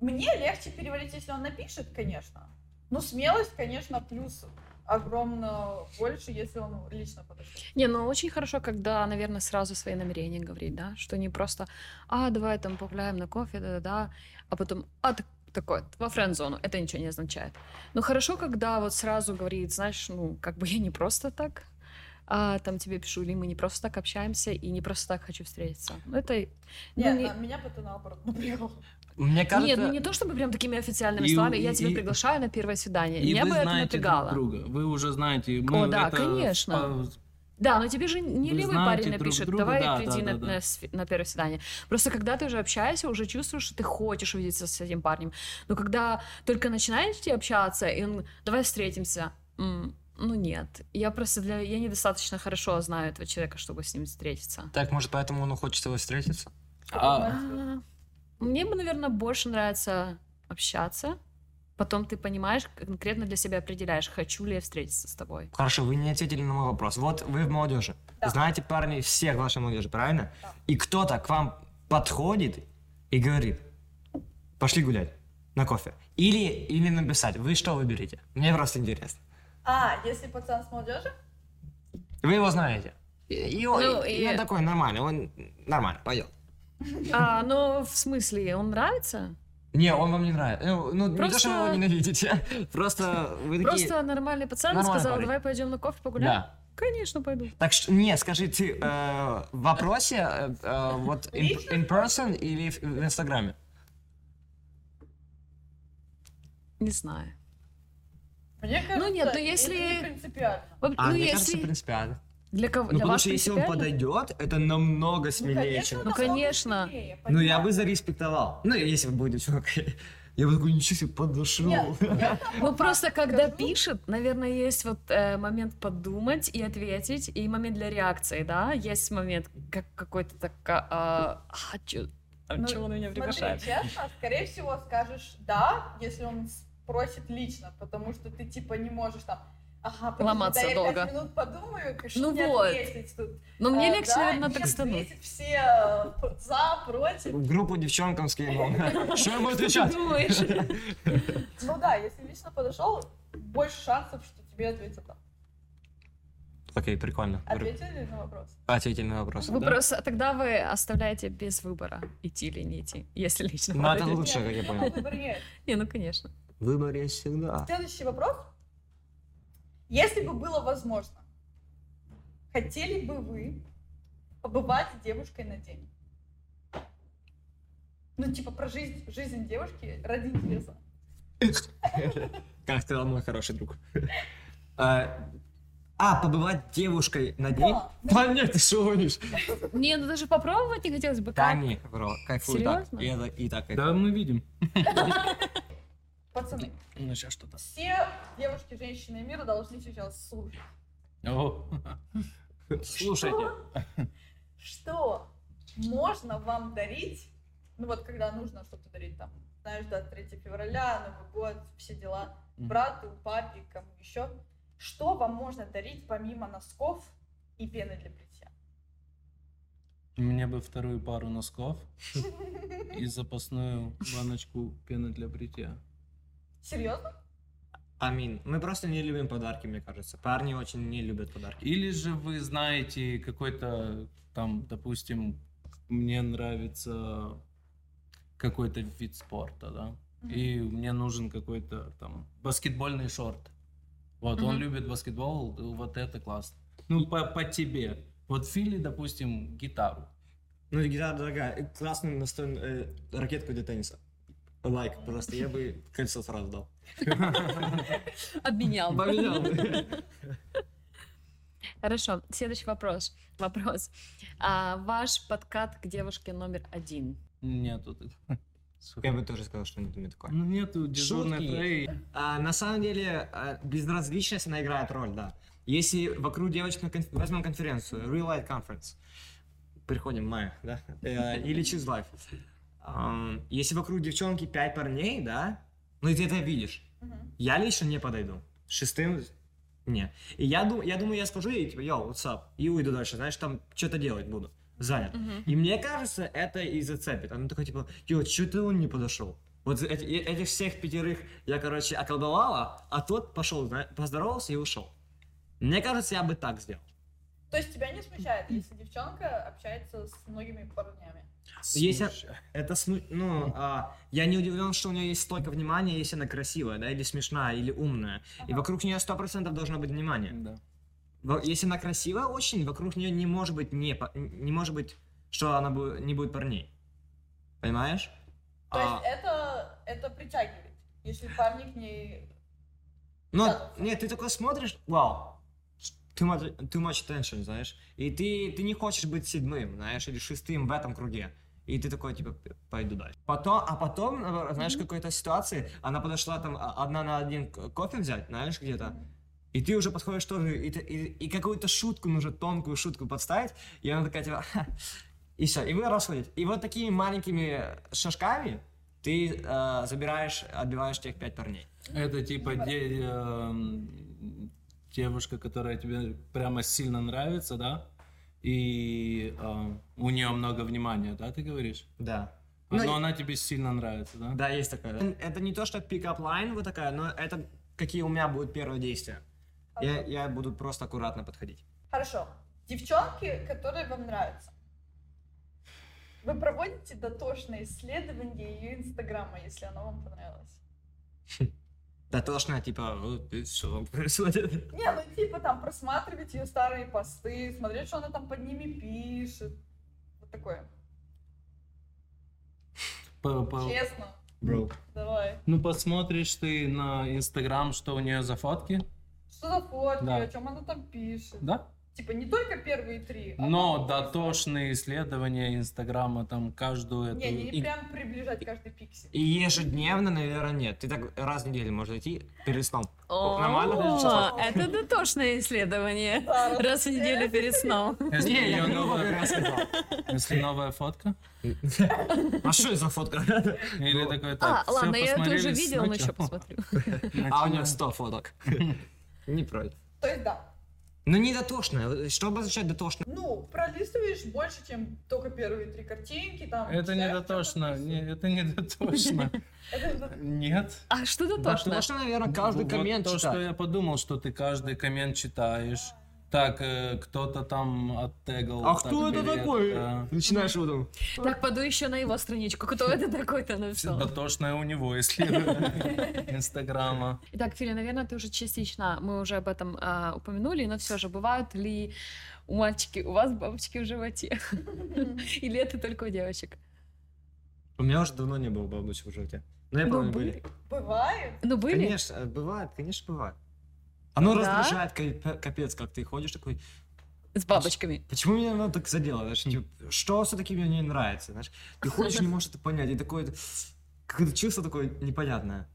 Мне легче переварить, если он напишет, конечно. Ну, смелость, конечно, плюс огромно больше, если он лично подошел. Не, ну очень хорошо, когда, наверное, сразу свои намерения говорить, да, что не просто, а, давай там погуляем на кофе, да-да-да, а потом, а, так- такое, во френд-зону, это ничего не означает. Но хорошо, когда вот сразу говорит, знаешь, ну, как бы я не просто так, а, там тебе пишу, или мы не просто так общаемся, и не просто так хочу встретиться. Ну, это, ну, Нет, не- Ну, а меня бы это наоборот напрягало. Мне Нет, кажется, ну не то чтобы прям такими официальными И у- словами, я и- тебя и- приглашаю на первое свидание. И я вы бы это знаете друг напрягала. друга. Вы уже знаете. О, да, это конечно. по- Да, но тебе же не Вы левый знаете парень друг напишет, друга, давай да, приди да, на, да, на да. сви- на первое свидание. Просто когда ты уже общаешься, уже чувствуешь, что ты хочешь увидеться с этим парнем. Но когда только начинаешь идти общаться, и он, давай встретимся. М, ну нет, я просто для... Я недостаточно хорошо знаю этого человека, чтобы с ним встретиться. так, может, поэтому он хочет с тобой встретиться? А, А, Мне бы, наверное, больше нравится общаться. Потом ты понимаешь, конкретно для себя определяешь, хочу ли я встретиться с тобой. Хорошо, вы не ответили на мой вопрос. Вот вы в молодежи. Да. Знаете парни всех вашей молодежи, правильно? Да. И кто-то к вам подходит и говорит, пошли гулять на кофе. Или, или написать, вы что выберете? Мне просто интересно. А, если пацан с молодежи? Вы его знаете. И, и он, Ну, и он и- такой нормальный, он нормально, поет. А, ну, в смысле, он нравится? Не, он вам не нравится. Ну, ну, не то, что вы его Просто- ненавидите. Просто вы такие... Просто нормальный пацан Нормальный сказал, парень. давай пойдем на кофе погуляем. Да. Конечно, пойду. Так что, не, скажи, ты э, в вопросе э, э, вот in, in person или в, в Инстаграме? Не знаю. Мне кажется, нет, ну это если- не принципиально. Во- А, ну, мне если... кажется, принципиально. Для кого? Ну, для потому вас что если он принципиально? подойдет, это намного Ну, смелее, конечно, чем... Ну, намного конечно. сильнее, Ну, я понятно. бы зареспектовал. Ну, если бы будет чувак. Я бы такой, ничего себе, подошел. Нет, я Ну, просто когда скажу. пишет, наверное, есть вот э, момент подумать и ответить, и момент для реакции, да? Есть момент как какой-то так... а, а, чё- а Ну, чего он меня Смотри, приглашает? честно, скорее всего, скажешь «да», если он спросит лично, потому что ты, типа, не можешь там «Ага, подожди, Ломаться да, я долго». пять минут подумаю, как Ну мне вот. ответить тут». Но Ну, мне Э, легче, да, наверное, нет, так стануть. ответить все э, п- «за», «против». В группу девчонкам скинул. Что ему отвечать? думаешь? Ну да, если лично подошел, больше шансов, что тебе ответят «да». Окей, прикольно. Ответили на вопрос? Ответили на вопрос. Вы да? просто тогда вы оставляете без выбора, идти или не идти, если лично Ну, это подойдет. лучше, как я Нет, понял. выбора нет. Не, ну конечно. Выбор есть всегда. Следующий вопрос. Если бы было возможно, хотели бы вы побывать с девушкой на день? Ну, типа, про жизнь, жизнь девушки ради интереса. Как сказал мой хороший друг. А, а, побывать девушкой на день? Да. Да нет, ты что гонишь? Не, ну даже попробовать не хотелось бы. Да Как? не, бро, кайфую и так. Серьезно? И это- и так. да, кайфую. мы видим. Пацаны, Ну, сейчас что-то. все девушки, женщины мира должны сейчас слушать. О. Слушайте. Что можно вам дарить, ну вот когда нужно что-то дарить, там, знаешь, да, 3 февраля, Новый год, все дела, Мгм. брату, папе, кому еще, что вам можно дарить помимо носков и пены для бритья? Мне бы вторую пару носков и запасную баночку пены для бритья. Серьезно? Амин. Мы просто не любим подарки, мне кажется. Парни очень не любят подарки. Или же вы знаете какой-то там, допустим, мне нравится какой-то вид спорта, да? И мне нужен какой-то там баскетбольный шорт. Вот, он Мгм. любит баскетбол, э, вот это классно. Ну, по, по тебе. Вот Фили, допустим, гитару. Ну, гитара дорогая. и Классную настольную э, ракетку для тенниса. Лайк просто. Я бы кольцо сразу дал. Обменял. бы. Поменял бы. Хорошо, следующий вопрос. Вопрос. А, ваш подкат к девушке номер один. Нету. так- Сука. Я бы тоже сказал, что нет у меня такое. Ну, нету дежурной Шутки фрей. А, на самом деле, а, безразличность, она играет роль, да. Если вокруг девочек, на конф- возьмем конференцию, Real Life Conference, приходим в мае, да, э, или Choose Life. Ам, Если вокруг девчонки пять парней, да, ну и ты это видишь. Мгм. Я лично не подойду. Шестым не. И я, дум, я думаю, я скажу ей, типа, йоу, what's up, и уйду дальше, знаешь, там что-то делать буду, занят. Мгм. И мне кажется, это и зацепит. Она такая, типа, йо, что ты он не подошел? Вот за эти- э- этих всех пятерых я, короче, околдовала, а тот пошел, зна- поздоровался и ушел. Мне кажется, я бы так сделал. То есть тебя не смущает, если девчонка общается с многими парнями? Если- Это смы- ну, а, я не удивлен, что у нее есть столько внимания, если она красивая, да, или смешная, или умная. И Ага. вокруг нее 100% должно быть внимание. Да. Во- Если она красивая очень, вокруг нее не может быть не, по- не может быть, что она бу- не будет парней. Понимаешь? То А, есть это, это притягивает, если парни к ней... ну, да. нет, ты такой смотришь, вау, too much, too much attention, знаешь, и ты, ты не хочешь быть седьмым, знаешь, или шестым в этом круге. И ты такой, типа, «П- пойду дальше. Потом, а потом, э, знаешь, в какой-то ситуации, она подошла там а, одна на один к- кофе взять, знаешь, где-то, И ты уже подходишь тоже, и, ты- и- и какую-то шутку нужно, тонкую шутку подставить, и она такая типа, «Ха». и все, и вы расходите. И вот такими маленькими шажками ты э, забираешь, отбиваешь тех пять парней. Это типа де- эм, девушка, которая тебе прямо сильно нравится, да? И эм, у нее много внимания, да, ты говоришь? Да. Но, Ну, и- она тебе сильно нравится, да? Да, есть такое. да. Это не то, что пикап лайн вот такая, но это какие у меня будут первые действия. Я, я буду просто аккуратно подходить. Хорошо. Девчонки, которые вам нравятся. Вы проводите дотошное исследование ее инстаграма, если оно вам понравилось. Дотошно, типа, «Вот ты что происходит? Не, ну типа там просматривать ее старые посты, смотреть, что она там под ними пишет. Вот такое. По- по- Честно. Бро. Давай. Ну, посмотришь ты на Инстаграм, что у нее за фотки, Что за фотки, Да. о чем она там пишет. да? Типа не только первые три. а там Но просто- дотошные исследования Инстаграма, там каждую эту... Не, не, не и- прям приближать каждый пиксель. И ежедневно, наверное, нет. Ты так раз в неделю можешь идти перед сном. О, Нормально даже сейчас? это дотошное исследование. Да, Раз в неделю перед сном. Если у Не, я неё грубо новая- говоря сказал. если новая фотка, А что это за фотка? Или Ну, такой А, так. всё, ладно, я это посмотрели уже видела, но еще сначала. посмотрю. А у Начинаем. него 100 фоток. Не против. То есть да. Ну не дотошная. Что обозначает дотошная? Ну, пролистываешь больше, чем только первые три картинки. Там, Это не читаешь, что дотошно, там не, это не дотошно. Это ну, не до- Нет. А что дотошно? Дотошно, наверное, каждый Вот коммент То, что читает. я подумал, что ты каждый коммент читаешь. Так, э, кто-то там оттегал. А так, э, кто это привет, такой? да. Начинаешь его там. Так, поду еще на его страничку. Кто это такой-то ну Всё написал? Дотошное у него исследование Инстаграма. Итак, Филя, наверное, ты уже частично, мы уже об этом а, упомянули, но все же, бывают ли у мальчики, у вас бабочки в животе? Или это только у девочек? У меня уже давно не было бабочек в животе. Но я Ну, помню, были. были. Бывает. Ну, были? Конечно, э, бывает, конечно, бывает. Оно Да? раздражает ка- капец, как ты ходишь такой, С бабочками. почему меня оно так задело? Знаешь, типа, что все-таки мне не нравится? Знаешь, ты ходишь, не можешь это понять, и такое это- какое-то чувство такое непонятное.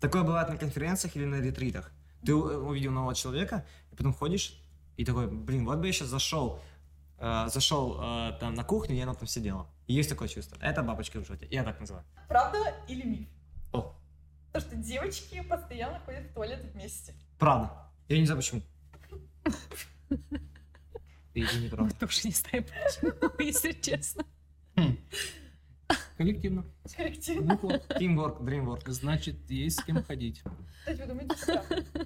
Такое бывает на конференциях или на ретритах. Ты у- э, увидел нового человека, и потом ходишь, и такой, блин, вот бы я сейчас зашел, э, зашел э, там на кухню, и она там сидела. И есть такое чувство. Это бабочки в животе. Я так называю. Правда или миф? О. То, что девочки постоянно ходят в туалет вместе. Правда. Я не знаю почему. Или не правда. Тоже не знаю, почему, если честно. Коллективно. Коллективно. Ну вот. Teamwork, dreamwork. Значит, есть с кем ходить. Кстати, вы думаете, что да?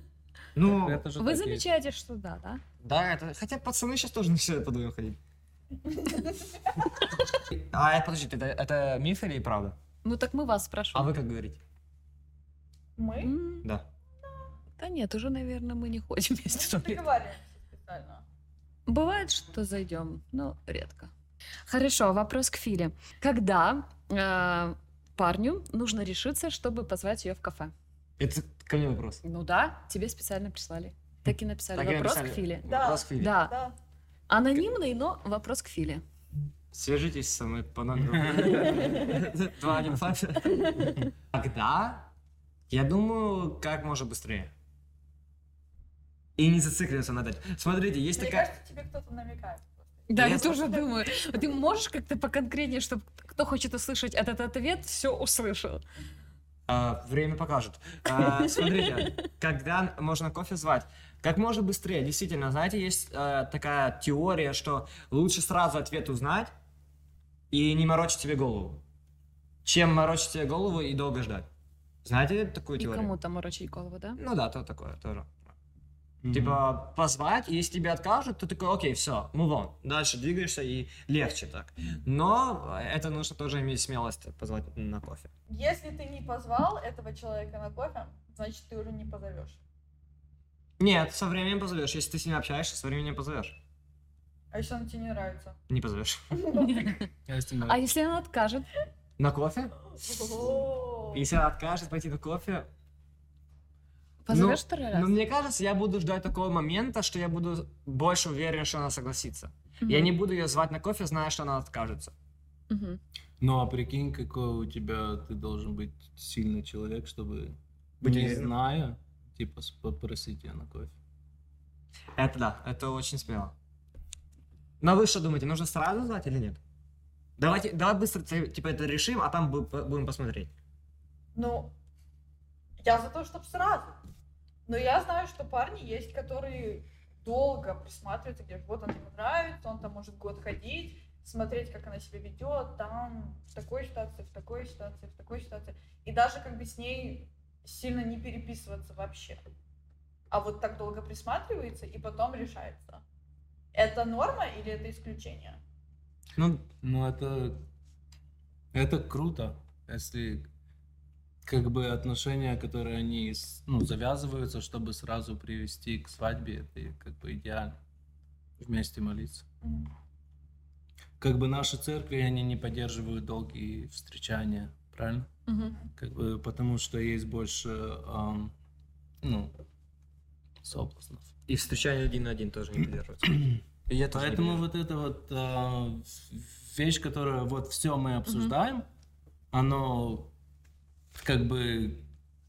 Ну, Это же Вы так есть. замечаете, что да, да? да, это... Хотя пацаны сейчас тоже начинают по двоим ходить. А, э, подожди, это, это миф или правда? Ну, так мы вас А спрашиваем. вы как говорите? Мы М, А Да. Да нет, уже, наверное, мы не ходим вместе в не туалет. договариваемся специально. Бывает, что зайдем, но редко. Хорошо, вопрос к Филе. Когда э, парню нужно решиться, чтобы позвать ее в кафе? Это ко мне вопрос. Ну да, тебе специально прислали. Так и написали. Так и вопрос написали. к Филе. Да. Вопрос к Филе. Да, Да. анонимный, но вопрос к Филе. Свяжитесь со мной по номеру. Два, один, пять. Тогда, я думаю, как можно быстрее. И не зацикливаться на дате. Смотрите, есть Мне такая... кажется, тебе кто-то намекает. просто. Да, Я я, тоже тоже думаю. Вот Ты можешь как-то поконкретнее, чтобы кто хочет услышать этот ответ, все услышал. А, время покажет. А, смотрите, когда можно кофе звать? Как можно быстрее. Действительно, знаете, есть э, такая теория, что лучше сразу ответ узнать и не морочить себе голову, чем морочить себе голову и долго ждать. Знаете такую И теорию? кому-то морочить голову, да? Ну да, то такое тоже. Типа позвать, и если тебе откажут, то такой, окей, все, move on. Дальше двигаешься и легче так. Но это нужно тоже иметь смелость позвать на кофе. Если ты не позвал этого человека на кофе, значит, ты уже не позовешь. Нет, со временем позовешь. Если ты с ним общаешься, со временем позовешь. А если он тебе не нравится? Не позовешь. А если она откажет? На кофе? О. Если она откажет пойти на кофе, Позовешь второй раз? ну, мне кажется, я буду ждать такого момента, что я буду больше уверен, что она согласится. Мгм. Я не буду ее звать на кофе, зная, что она откажется. Мгм. Ну а прикинь, какой у тебя ты должен быть сильный человек, чтобы Быть не уверенным. зная, типа с- попросить ее на кофе. Это да, это очень смело. Но вы что думаете, нужно сразу звать или нет? Давайте, давай быстро те- типа это решим, а там бу- по- будем посмотреть. Ну, я за то, чтобы сразу. Но я знаю, что парни есть, которые долго присматриваются, где вот он ему нравится, он там может год ходить, смотреть, как она себя ведет, там, в такой ситуации, в такой ситуации, в такой ситуации. И даже как бы с ней сильно не переписываться вообще. А вот так долго присматривается и потом решается. Это норма или это исключение? Ну, Ну это это круто, если как бы отношения, которые они с- ну, завязываются, чтобы сразу привести к свадьбе, это как бы идеально. Вместе молиться. Мгм. Как бы наши церкви, они не поддерживают долгие встречания, правильно? Мгм. как бы, потому что есть больше, ам, ну, соблазнов. и встречание один на один тоже не поддерживается. И я тоже не поддерживаю. Поэтому вот эта вот а, в- вещь, которую вот все мы обсуждаем, оно как бы,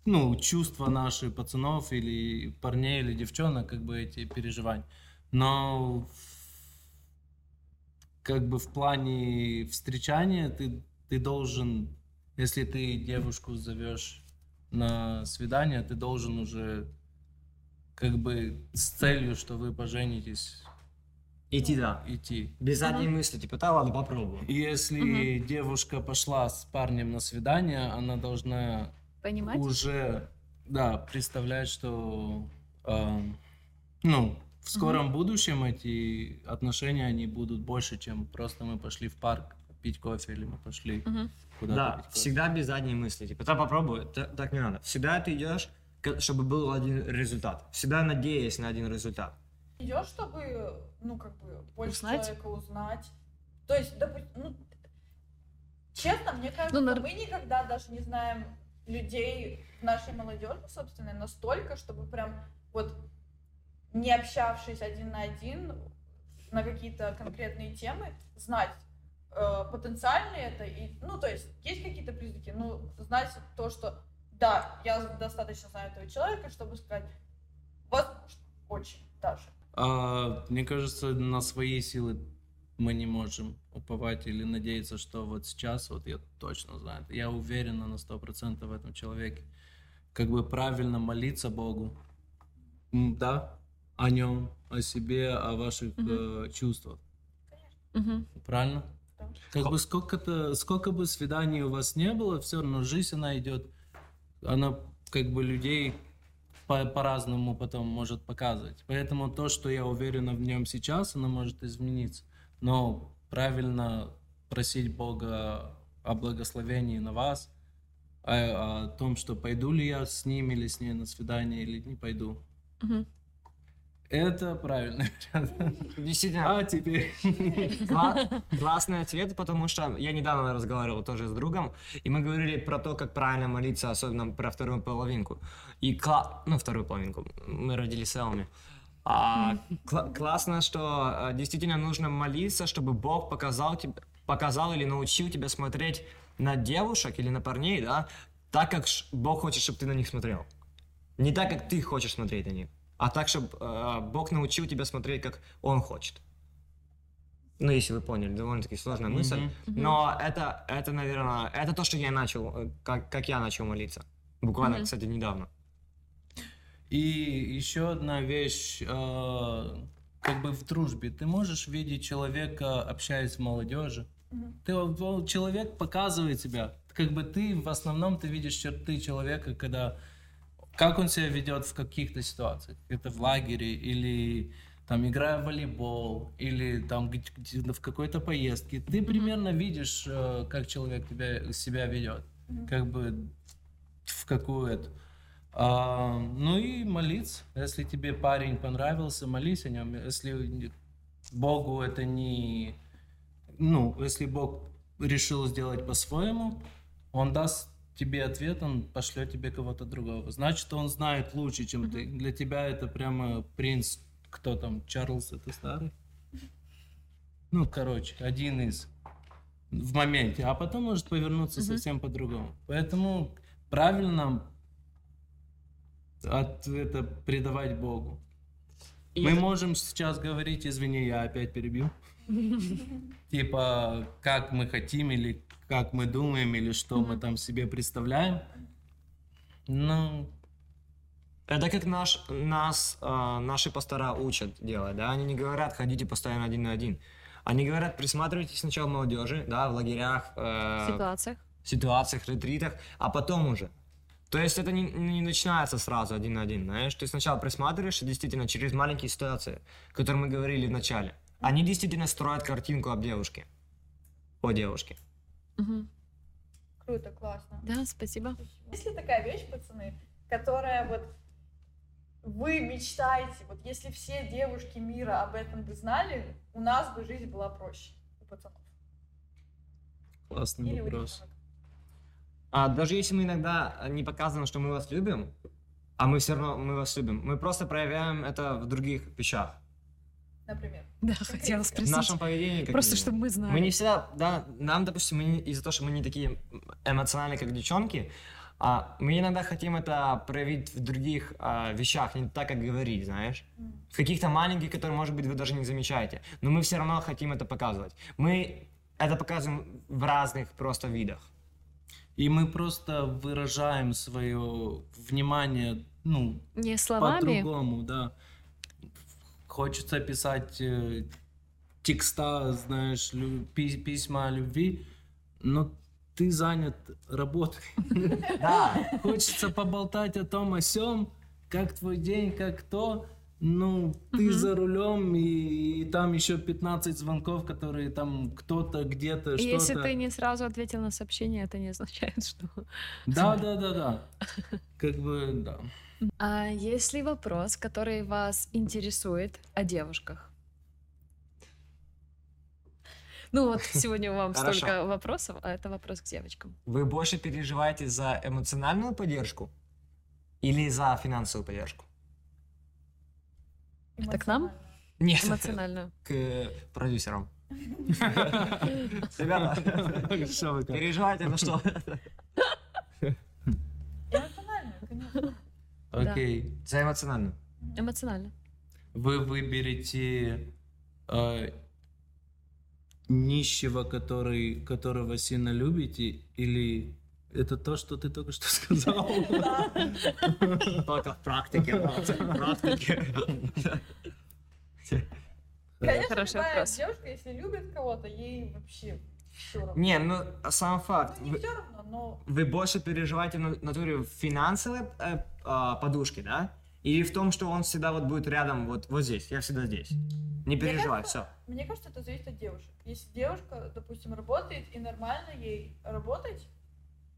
ну, чувства наши пацанов или парней или девчонок, как бы эти переживания. Но в- как бы в плане встречания ты, ты должен, если ты девушку зовешь на свидание, ты должен уже как бы с целью, что вы поженитесь, Идти, да. идти. Без задней мысли, типа, да, ладно, попробуем. И Если девушка пошла с парнем на свидание, она должна Понимать? уже да, представлять, что эм, ну, в скором будущем эти отношения они будут больше, чем просто мы пошли в парк пить кофе или мы пошли Мгм. куда-то Да, пить кофе. всегда без задней мысли, типа, да, попробуй, Т- так не надо. Всегда ты идешь, к- чтобы был один результат. Всегда надеясь на один результат. идешь, чтобы, ну, как бы, больше Узнать? человека узнать. То есть, допустим, ну, честно, мне кажется, Ну, нар- мы никогда даже не знаем людей нашей молодежи, собственно, настолько, чтобы прям вот не общавшись один на один на какие-то конкретные темы, знать, э, потенциально это, и, ну, то есть, есть какие-то признаки, но знать то, что, да, я достаточно знаю этого человека, чтобы сказать, возможно, очень даже. А, мне кажется, на свои силы мы не можем уповать или надеяться, что вот сейчас, вот я точно знаю, я уверена на сто процентов в этом человеке. Как бы правильно молиться Богу, М, да, о нем, о себе, о ваших э, чувствах, Мгм. правильно? Да. Как бы сколько-то, сколько бы свиданий у вас не было, все равно жизнь она идет, она как бы людей по- по-разному потом может показывать. Поэтому то, что я уверена в нем сейчас, оно может измениться. Но правильно просить Бога о благословении на вас, о, о том, что пойду ли я с ним или с ней на свидание, или не пойду. Мгм. Это правильно. Действительно, А теперь... Кла- Классный ответ, потому что я недавно разговаривал тоже с другом, и мы говорили про то, как правильно молиться, особенно про вторую половинку. И кла... Ну, вторую половинку. Мы родились целыми. А, кла- классно, что э, действительно нужно молиться, чтобы Бог показал тебе, показал или научил тебя смотреть на девушек или на парней, да, так, как ш- Бог хочет, чтобы ты на них смотрел. Не так, как ты хочешь смотреть э, на них, а так, чтобы Бог научил тебя смотреть, как Он хочет. Ну, если вы поняли, довольно-таки сложная мысль. Мгм. Мгм. Но это, это, наверное, это то, что я начал, э, как, как я начал молиться. Буквально, Мгм. кстати, недавно. И еще одна вещь, э, как бы в дружбе. Ты можешь видеть человека, общаясь с молодежью. Мгм. Ты, вот- вот человек показывает тебя. Как бы ты в основном ты видишь черты человека, когда как он себя ведет в каких-то ситуациях. Это в лагере или там играя в волейбол или там где- где- в какой-то поездке. Ты примерно видишь, э, как человек тебя, себя ведет Мгм. как бы в какую-то. А, ну и молиться. Если тебе парень понравился, молись о нем. Если не- Богу это не... Ну, если Бог решил сделать по-своему, он даст тебе ответ, он пошлет тебе кого-то другого. Значит, он знает лучше, чем ты. Для тебя это прямо принц, кто там, Чарльз, это старый? Ну, короче, один из в моменте, а потом может повернуться Мгм. совсем по-другому. Поэтому правильно от это предавать Богу. И Мы это- можем сейчас говорить, извини, я опять перебью. Типа, как мы хотим, или как мы думаем, или что мы Мгм. там себе представляем. Ну, Это как наш, нас, э, наши пастора учат делать, да? Они не говорят, ходите постоянно один на один. Они говорят, присматривайтесь сначала к молодежи, да, в лагерях, В э, ситуациях. ситуациях, ретритах, а потом уже. То есть это не, не начинается сразу один на один, знаешь? Ты сначала присматриваешься действительно через маленькие ситуации, о которых мы говорили в начале. Они действительно строят картинку об девушке. О девушке. Мгм. Круто, классно. Да, спасибо. Есть ли такая вещь, пацаны, которая вот вы мечтаете, вот если все девушки мира об этом бы знали, у нас бы жизнь была проще у пацанов. классный Ну, Или у вопрос. девчонок. А даже если мы иногда а, не показываем, что мы вас любим, а мы все равно мы вас любим, мы просто проявляем это в других вещах. Например. Да, хотела В спросить. нашем поведении. как Просто минимум. чтобы мы знали. Мы не всегда, да, нам, допустим, мы не- из-за того, что мы не такие эмоциональные, как девчонки, а мы иногда хотим это проявить в других а, вещах, не так, как говорить, знаешь. М. В каких-то маленьких, которые, может быть, вы даже не замечаете. Но мы все равно хотим это показывать. Мы это показываем в разных просто видах. И мы просто выражаем свое внимание, ну, Не словами. По-другому, да. Хочется писать э, текста, знаешь, лю- пи- письма о любви, но ты занят работой. Да, Хочется поболтать о том, о сём, как твой день, как то. Ну, ты Мгм. за рулем, и, и там еще 15 звонков, которые там кто-то где-то И что-то. Если ты не сразу ответил на сообщение, это не означает, что... Да, да, да, да. Как бы, да. А есть ли вопрос, который вас интересует о девушках? Ну вот сегодня вам Хорошо. столько вопросов, а это вопрос к девочкам. вы больше переживаете за эмоциональную поддержку или за финансовую поддержку? Это к нам? Эмоционально. Нет, Эмоциональную. к э, продюсерам. Ребята, Что вы как? переживайте, ну что? Эмоционально, конечно. Да. Окей. За эмоциональную. Эмоционально. вы выберете э, нищего, который, которого сильно любите, или это то, что ты только что сказал? Только в практике, в практике. Конечно, Хороший любая вопрос. девушка, если любит кого-то, ей вообще все равно. Не, ну сам факт. Ну, не Вы, все равно, но вы больше переживаете на натуре в финансовой э, а, подушке, да? Или в том, что он всегда вот будет рядом, вот, вот здесь, я всегда здесь. Не переживай, все. Мне кажется, это зависит от девушек. Если девушка, допустим, работает и нормально ей работать,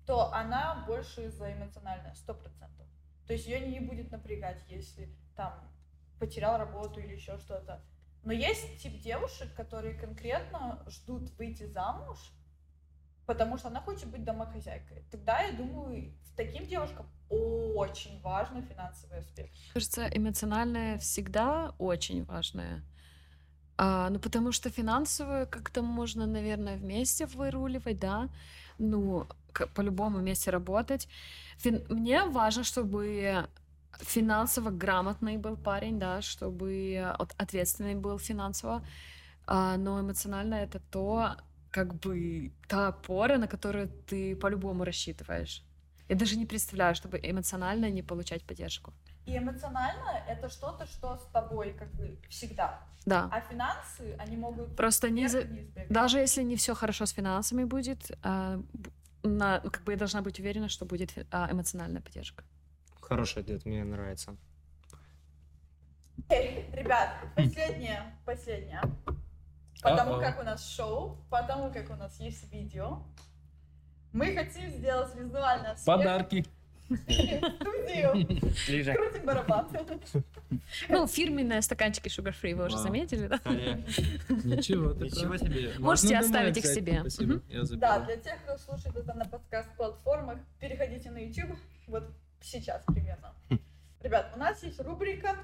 то она больше за эмоциональное, сто процентов. То есть ее не будет напрягать, если там потерял работу или еще что-то. Но есть тип девушек, которые конкретно ждут выйти замуж, потому что она хочет быть домохозяйкой. Тогда, я думаю, таким девушкам очень важен финансовый аспект. Кажется, эмоциональное всегда очень важное. А, ну, потому что финансовую как-то можно, наверное, вместе выруливать, да. Ну, к- по-любому вместе работать. Фин- Мне важно, чтобы финансово грамотный был парень, да, чтобы от- ответственный был финансово. А, А, но эмоционально это то, как бы та опора, на которую ты по-любому рассчитываешь. Я даже не представляю, чтобы эмоционально не получать поддержку. И эмоционально это что-то, что с тобой как бы всегда. Да. А финансы, они могут Просто не за- вверх и вниз бегать. даже если не все хорошо с финансами будет, а, б- на- как бы я должна быть уверена, что будет фи- а, эмоциональная поддержка. Хороший ответ, мне нравится. Окей, Ребят, последнее, последнее. Потому Хм. А-а. как у нас шоу, потому как у нас есть видео, мы хотим сделать визуально всех Подарки. студию. Ближе. Крутим барабан. Ну, фирменные стаканчики Sugar Free, вы уже Вау. заметили, да? Ничего, ты Ничего прав. себе. Можете Можно домой оставить их взять. себе. Спасибо, Мгм. я заберу. Да, для тех, кто слушает это на подкаст-платформах, переходите на YouTube, вот сейчас примерно. Ребят, у нас есть рубрика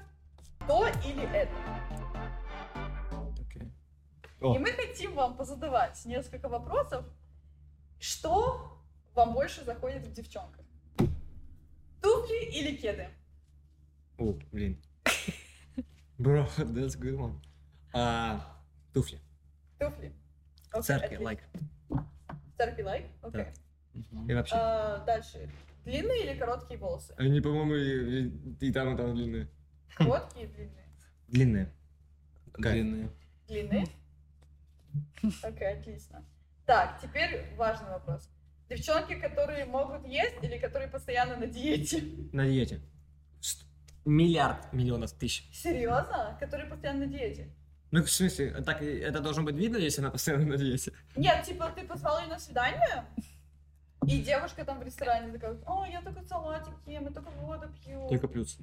«То или это». Окей. О. И мы хотим вам позадавать несколько вопросов, что вам больше заходит в девчонках. Туфли или кеды? О, блин. Бро, that's good one. А, туфли. Туфли. Окей, Церкви, отлично. лайк. Церкви лайк, окей. И вообще. А, дальше. Длинные или короткие волосы? Они, по-моему, и, и- и там, и там длинные. Короткие, длинные. Длинные. Кайф. Длинные. Длинные. Окей, отлично. Так, теперь важный вопрос. Девчонки, которые могут есть или которые постоянно на диете? На диете. Ст- Миллиард миллионов тысяч. Серьезно? Которые постоянно на диете? Ну, в смысле, так и- это должно быть видно, если она постоянно на диете. Нет, типа ты позвал ее на свидание, и девушка там в ресторане такая, о, я только салатик ем, я только воду пью. Только плюс.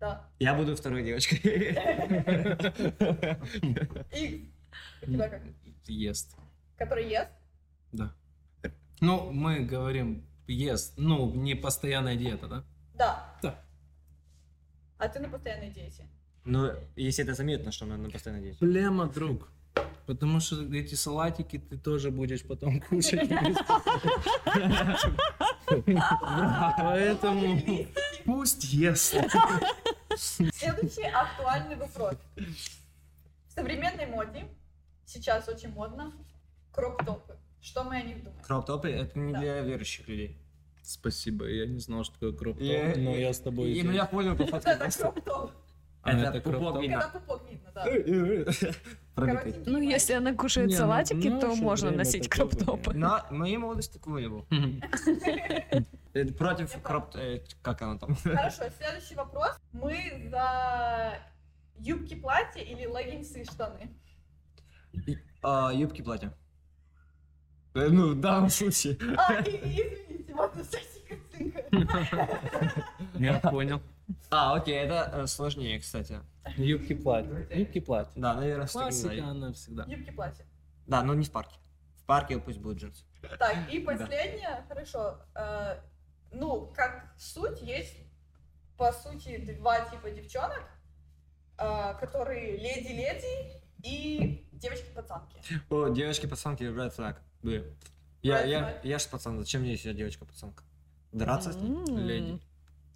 Да. Я буду второй девочкой. И у тебя как? э, Ест. Который ест? Ну, мы говорим ест. Ну, не постоянная диета, да? Да. Да. А ты на постоянной диете. Но если это заметно, что она на постоянной диете. Проблема, друг. Потому что эти салатики ты тоже будешь потом кушать. Поэтому пусть ест. Следующий актуальный вопрос. В современной моде сейчас очень модно кроп-топы. Что мы о них думаем? Кроп-топы это не Да. для верующих людей. Спасибо, я не знал, что такое кроп Ну, Я- но я с тобой И здесь. я понял по фотке. Это кроп-топ. А, Это это кроп-топ. пупок Когда видно. пупок видно, да. типа, Пробитый. Коротенький Ну, мальчик. если она кушает Не, ну, салатики, в то наше можно время носить такого кроп-топы. не На моей молодости такого не было. Это Против кроп... э, Как она там? Хорошо, следующий вопрос. Мы за юбки платья или леггинсы и штаны? А, Юбки платья. Э, Ну, в данном случае. А, и- и извините, вот сосика-цика. Я понял. А, окей, это э, сложнее, кстати. Юбки платья. Юбки платья. Да, наверное, все-таки Классика да. она всегда. Юбки платья. Да, но не в парке. В парке пусть будут джинсы. Так, и последнее, хорошо. э, Ну, как суть, есть, по сути, два типа девчонок, э, которые леди-леди и девочки-пацанки. О, девочки-пацанки, red flag. Блин. Я, Red я, flag. я ж пацан, зачем мне еще девочка-пацанка? Драться с ней? М. Леди.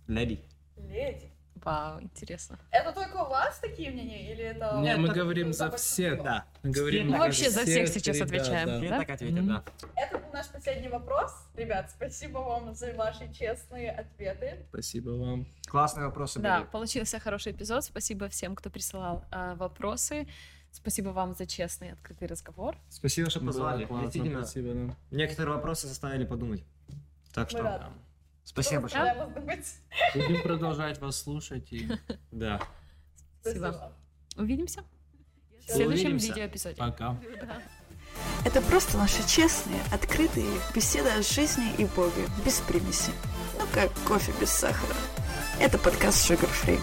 Леди. Леди. Вау, интересно. Это только у вас такие мнения, или это... Не, мы это- говорим за большинство? всех. Да. Мы говорим Ну, за вообще за всех сейчас ребят, отвечаем. да. Я Да? так ответил, да. Это был наш последний вопрос. Ребят, спасибо вам за ваши честные ответы. Спасибо вам. Классные вопросы Да, были. получился хороший эпизод. Спасибо всем, кто присылал а, вопросы. Спасибо вам за честный открытый разговор. Спасибо, что позвали. Было классно, Действительно, Спасибо, да. некоторые вопросы заставили подумать. Так Мы что, рады. спасибо Просто большое. надо думать. Будем продолжать вас слушать и Да. Спасибо. Увидимся в Всё. следующем Увидимся. видеоэпизоде. пока. Это просто наши честные, открытые беседы о жизни и Боге, без примеси. Ну, как кофе без сахара. Это подкаст Sugar Free.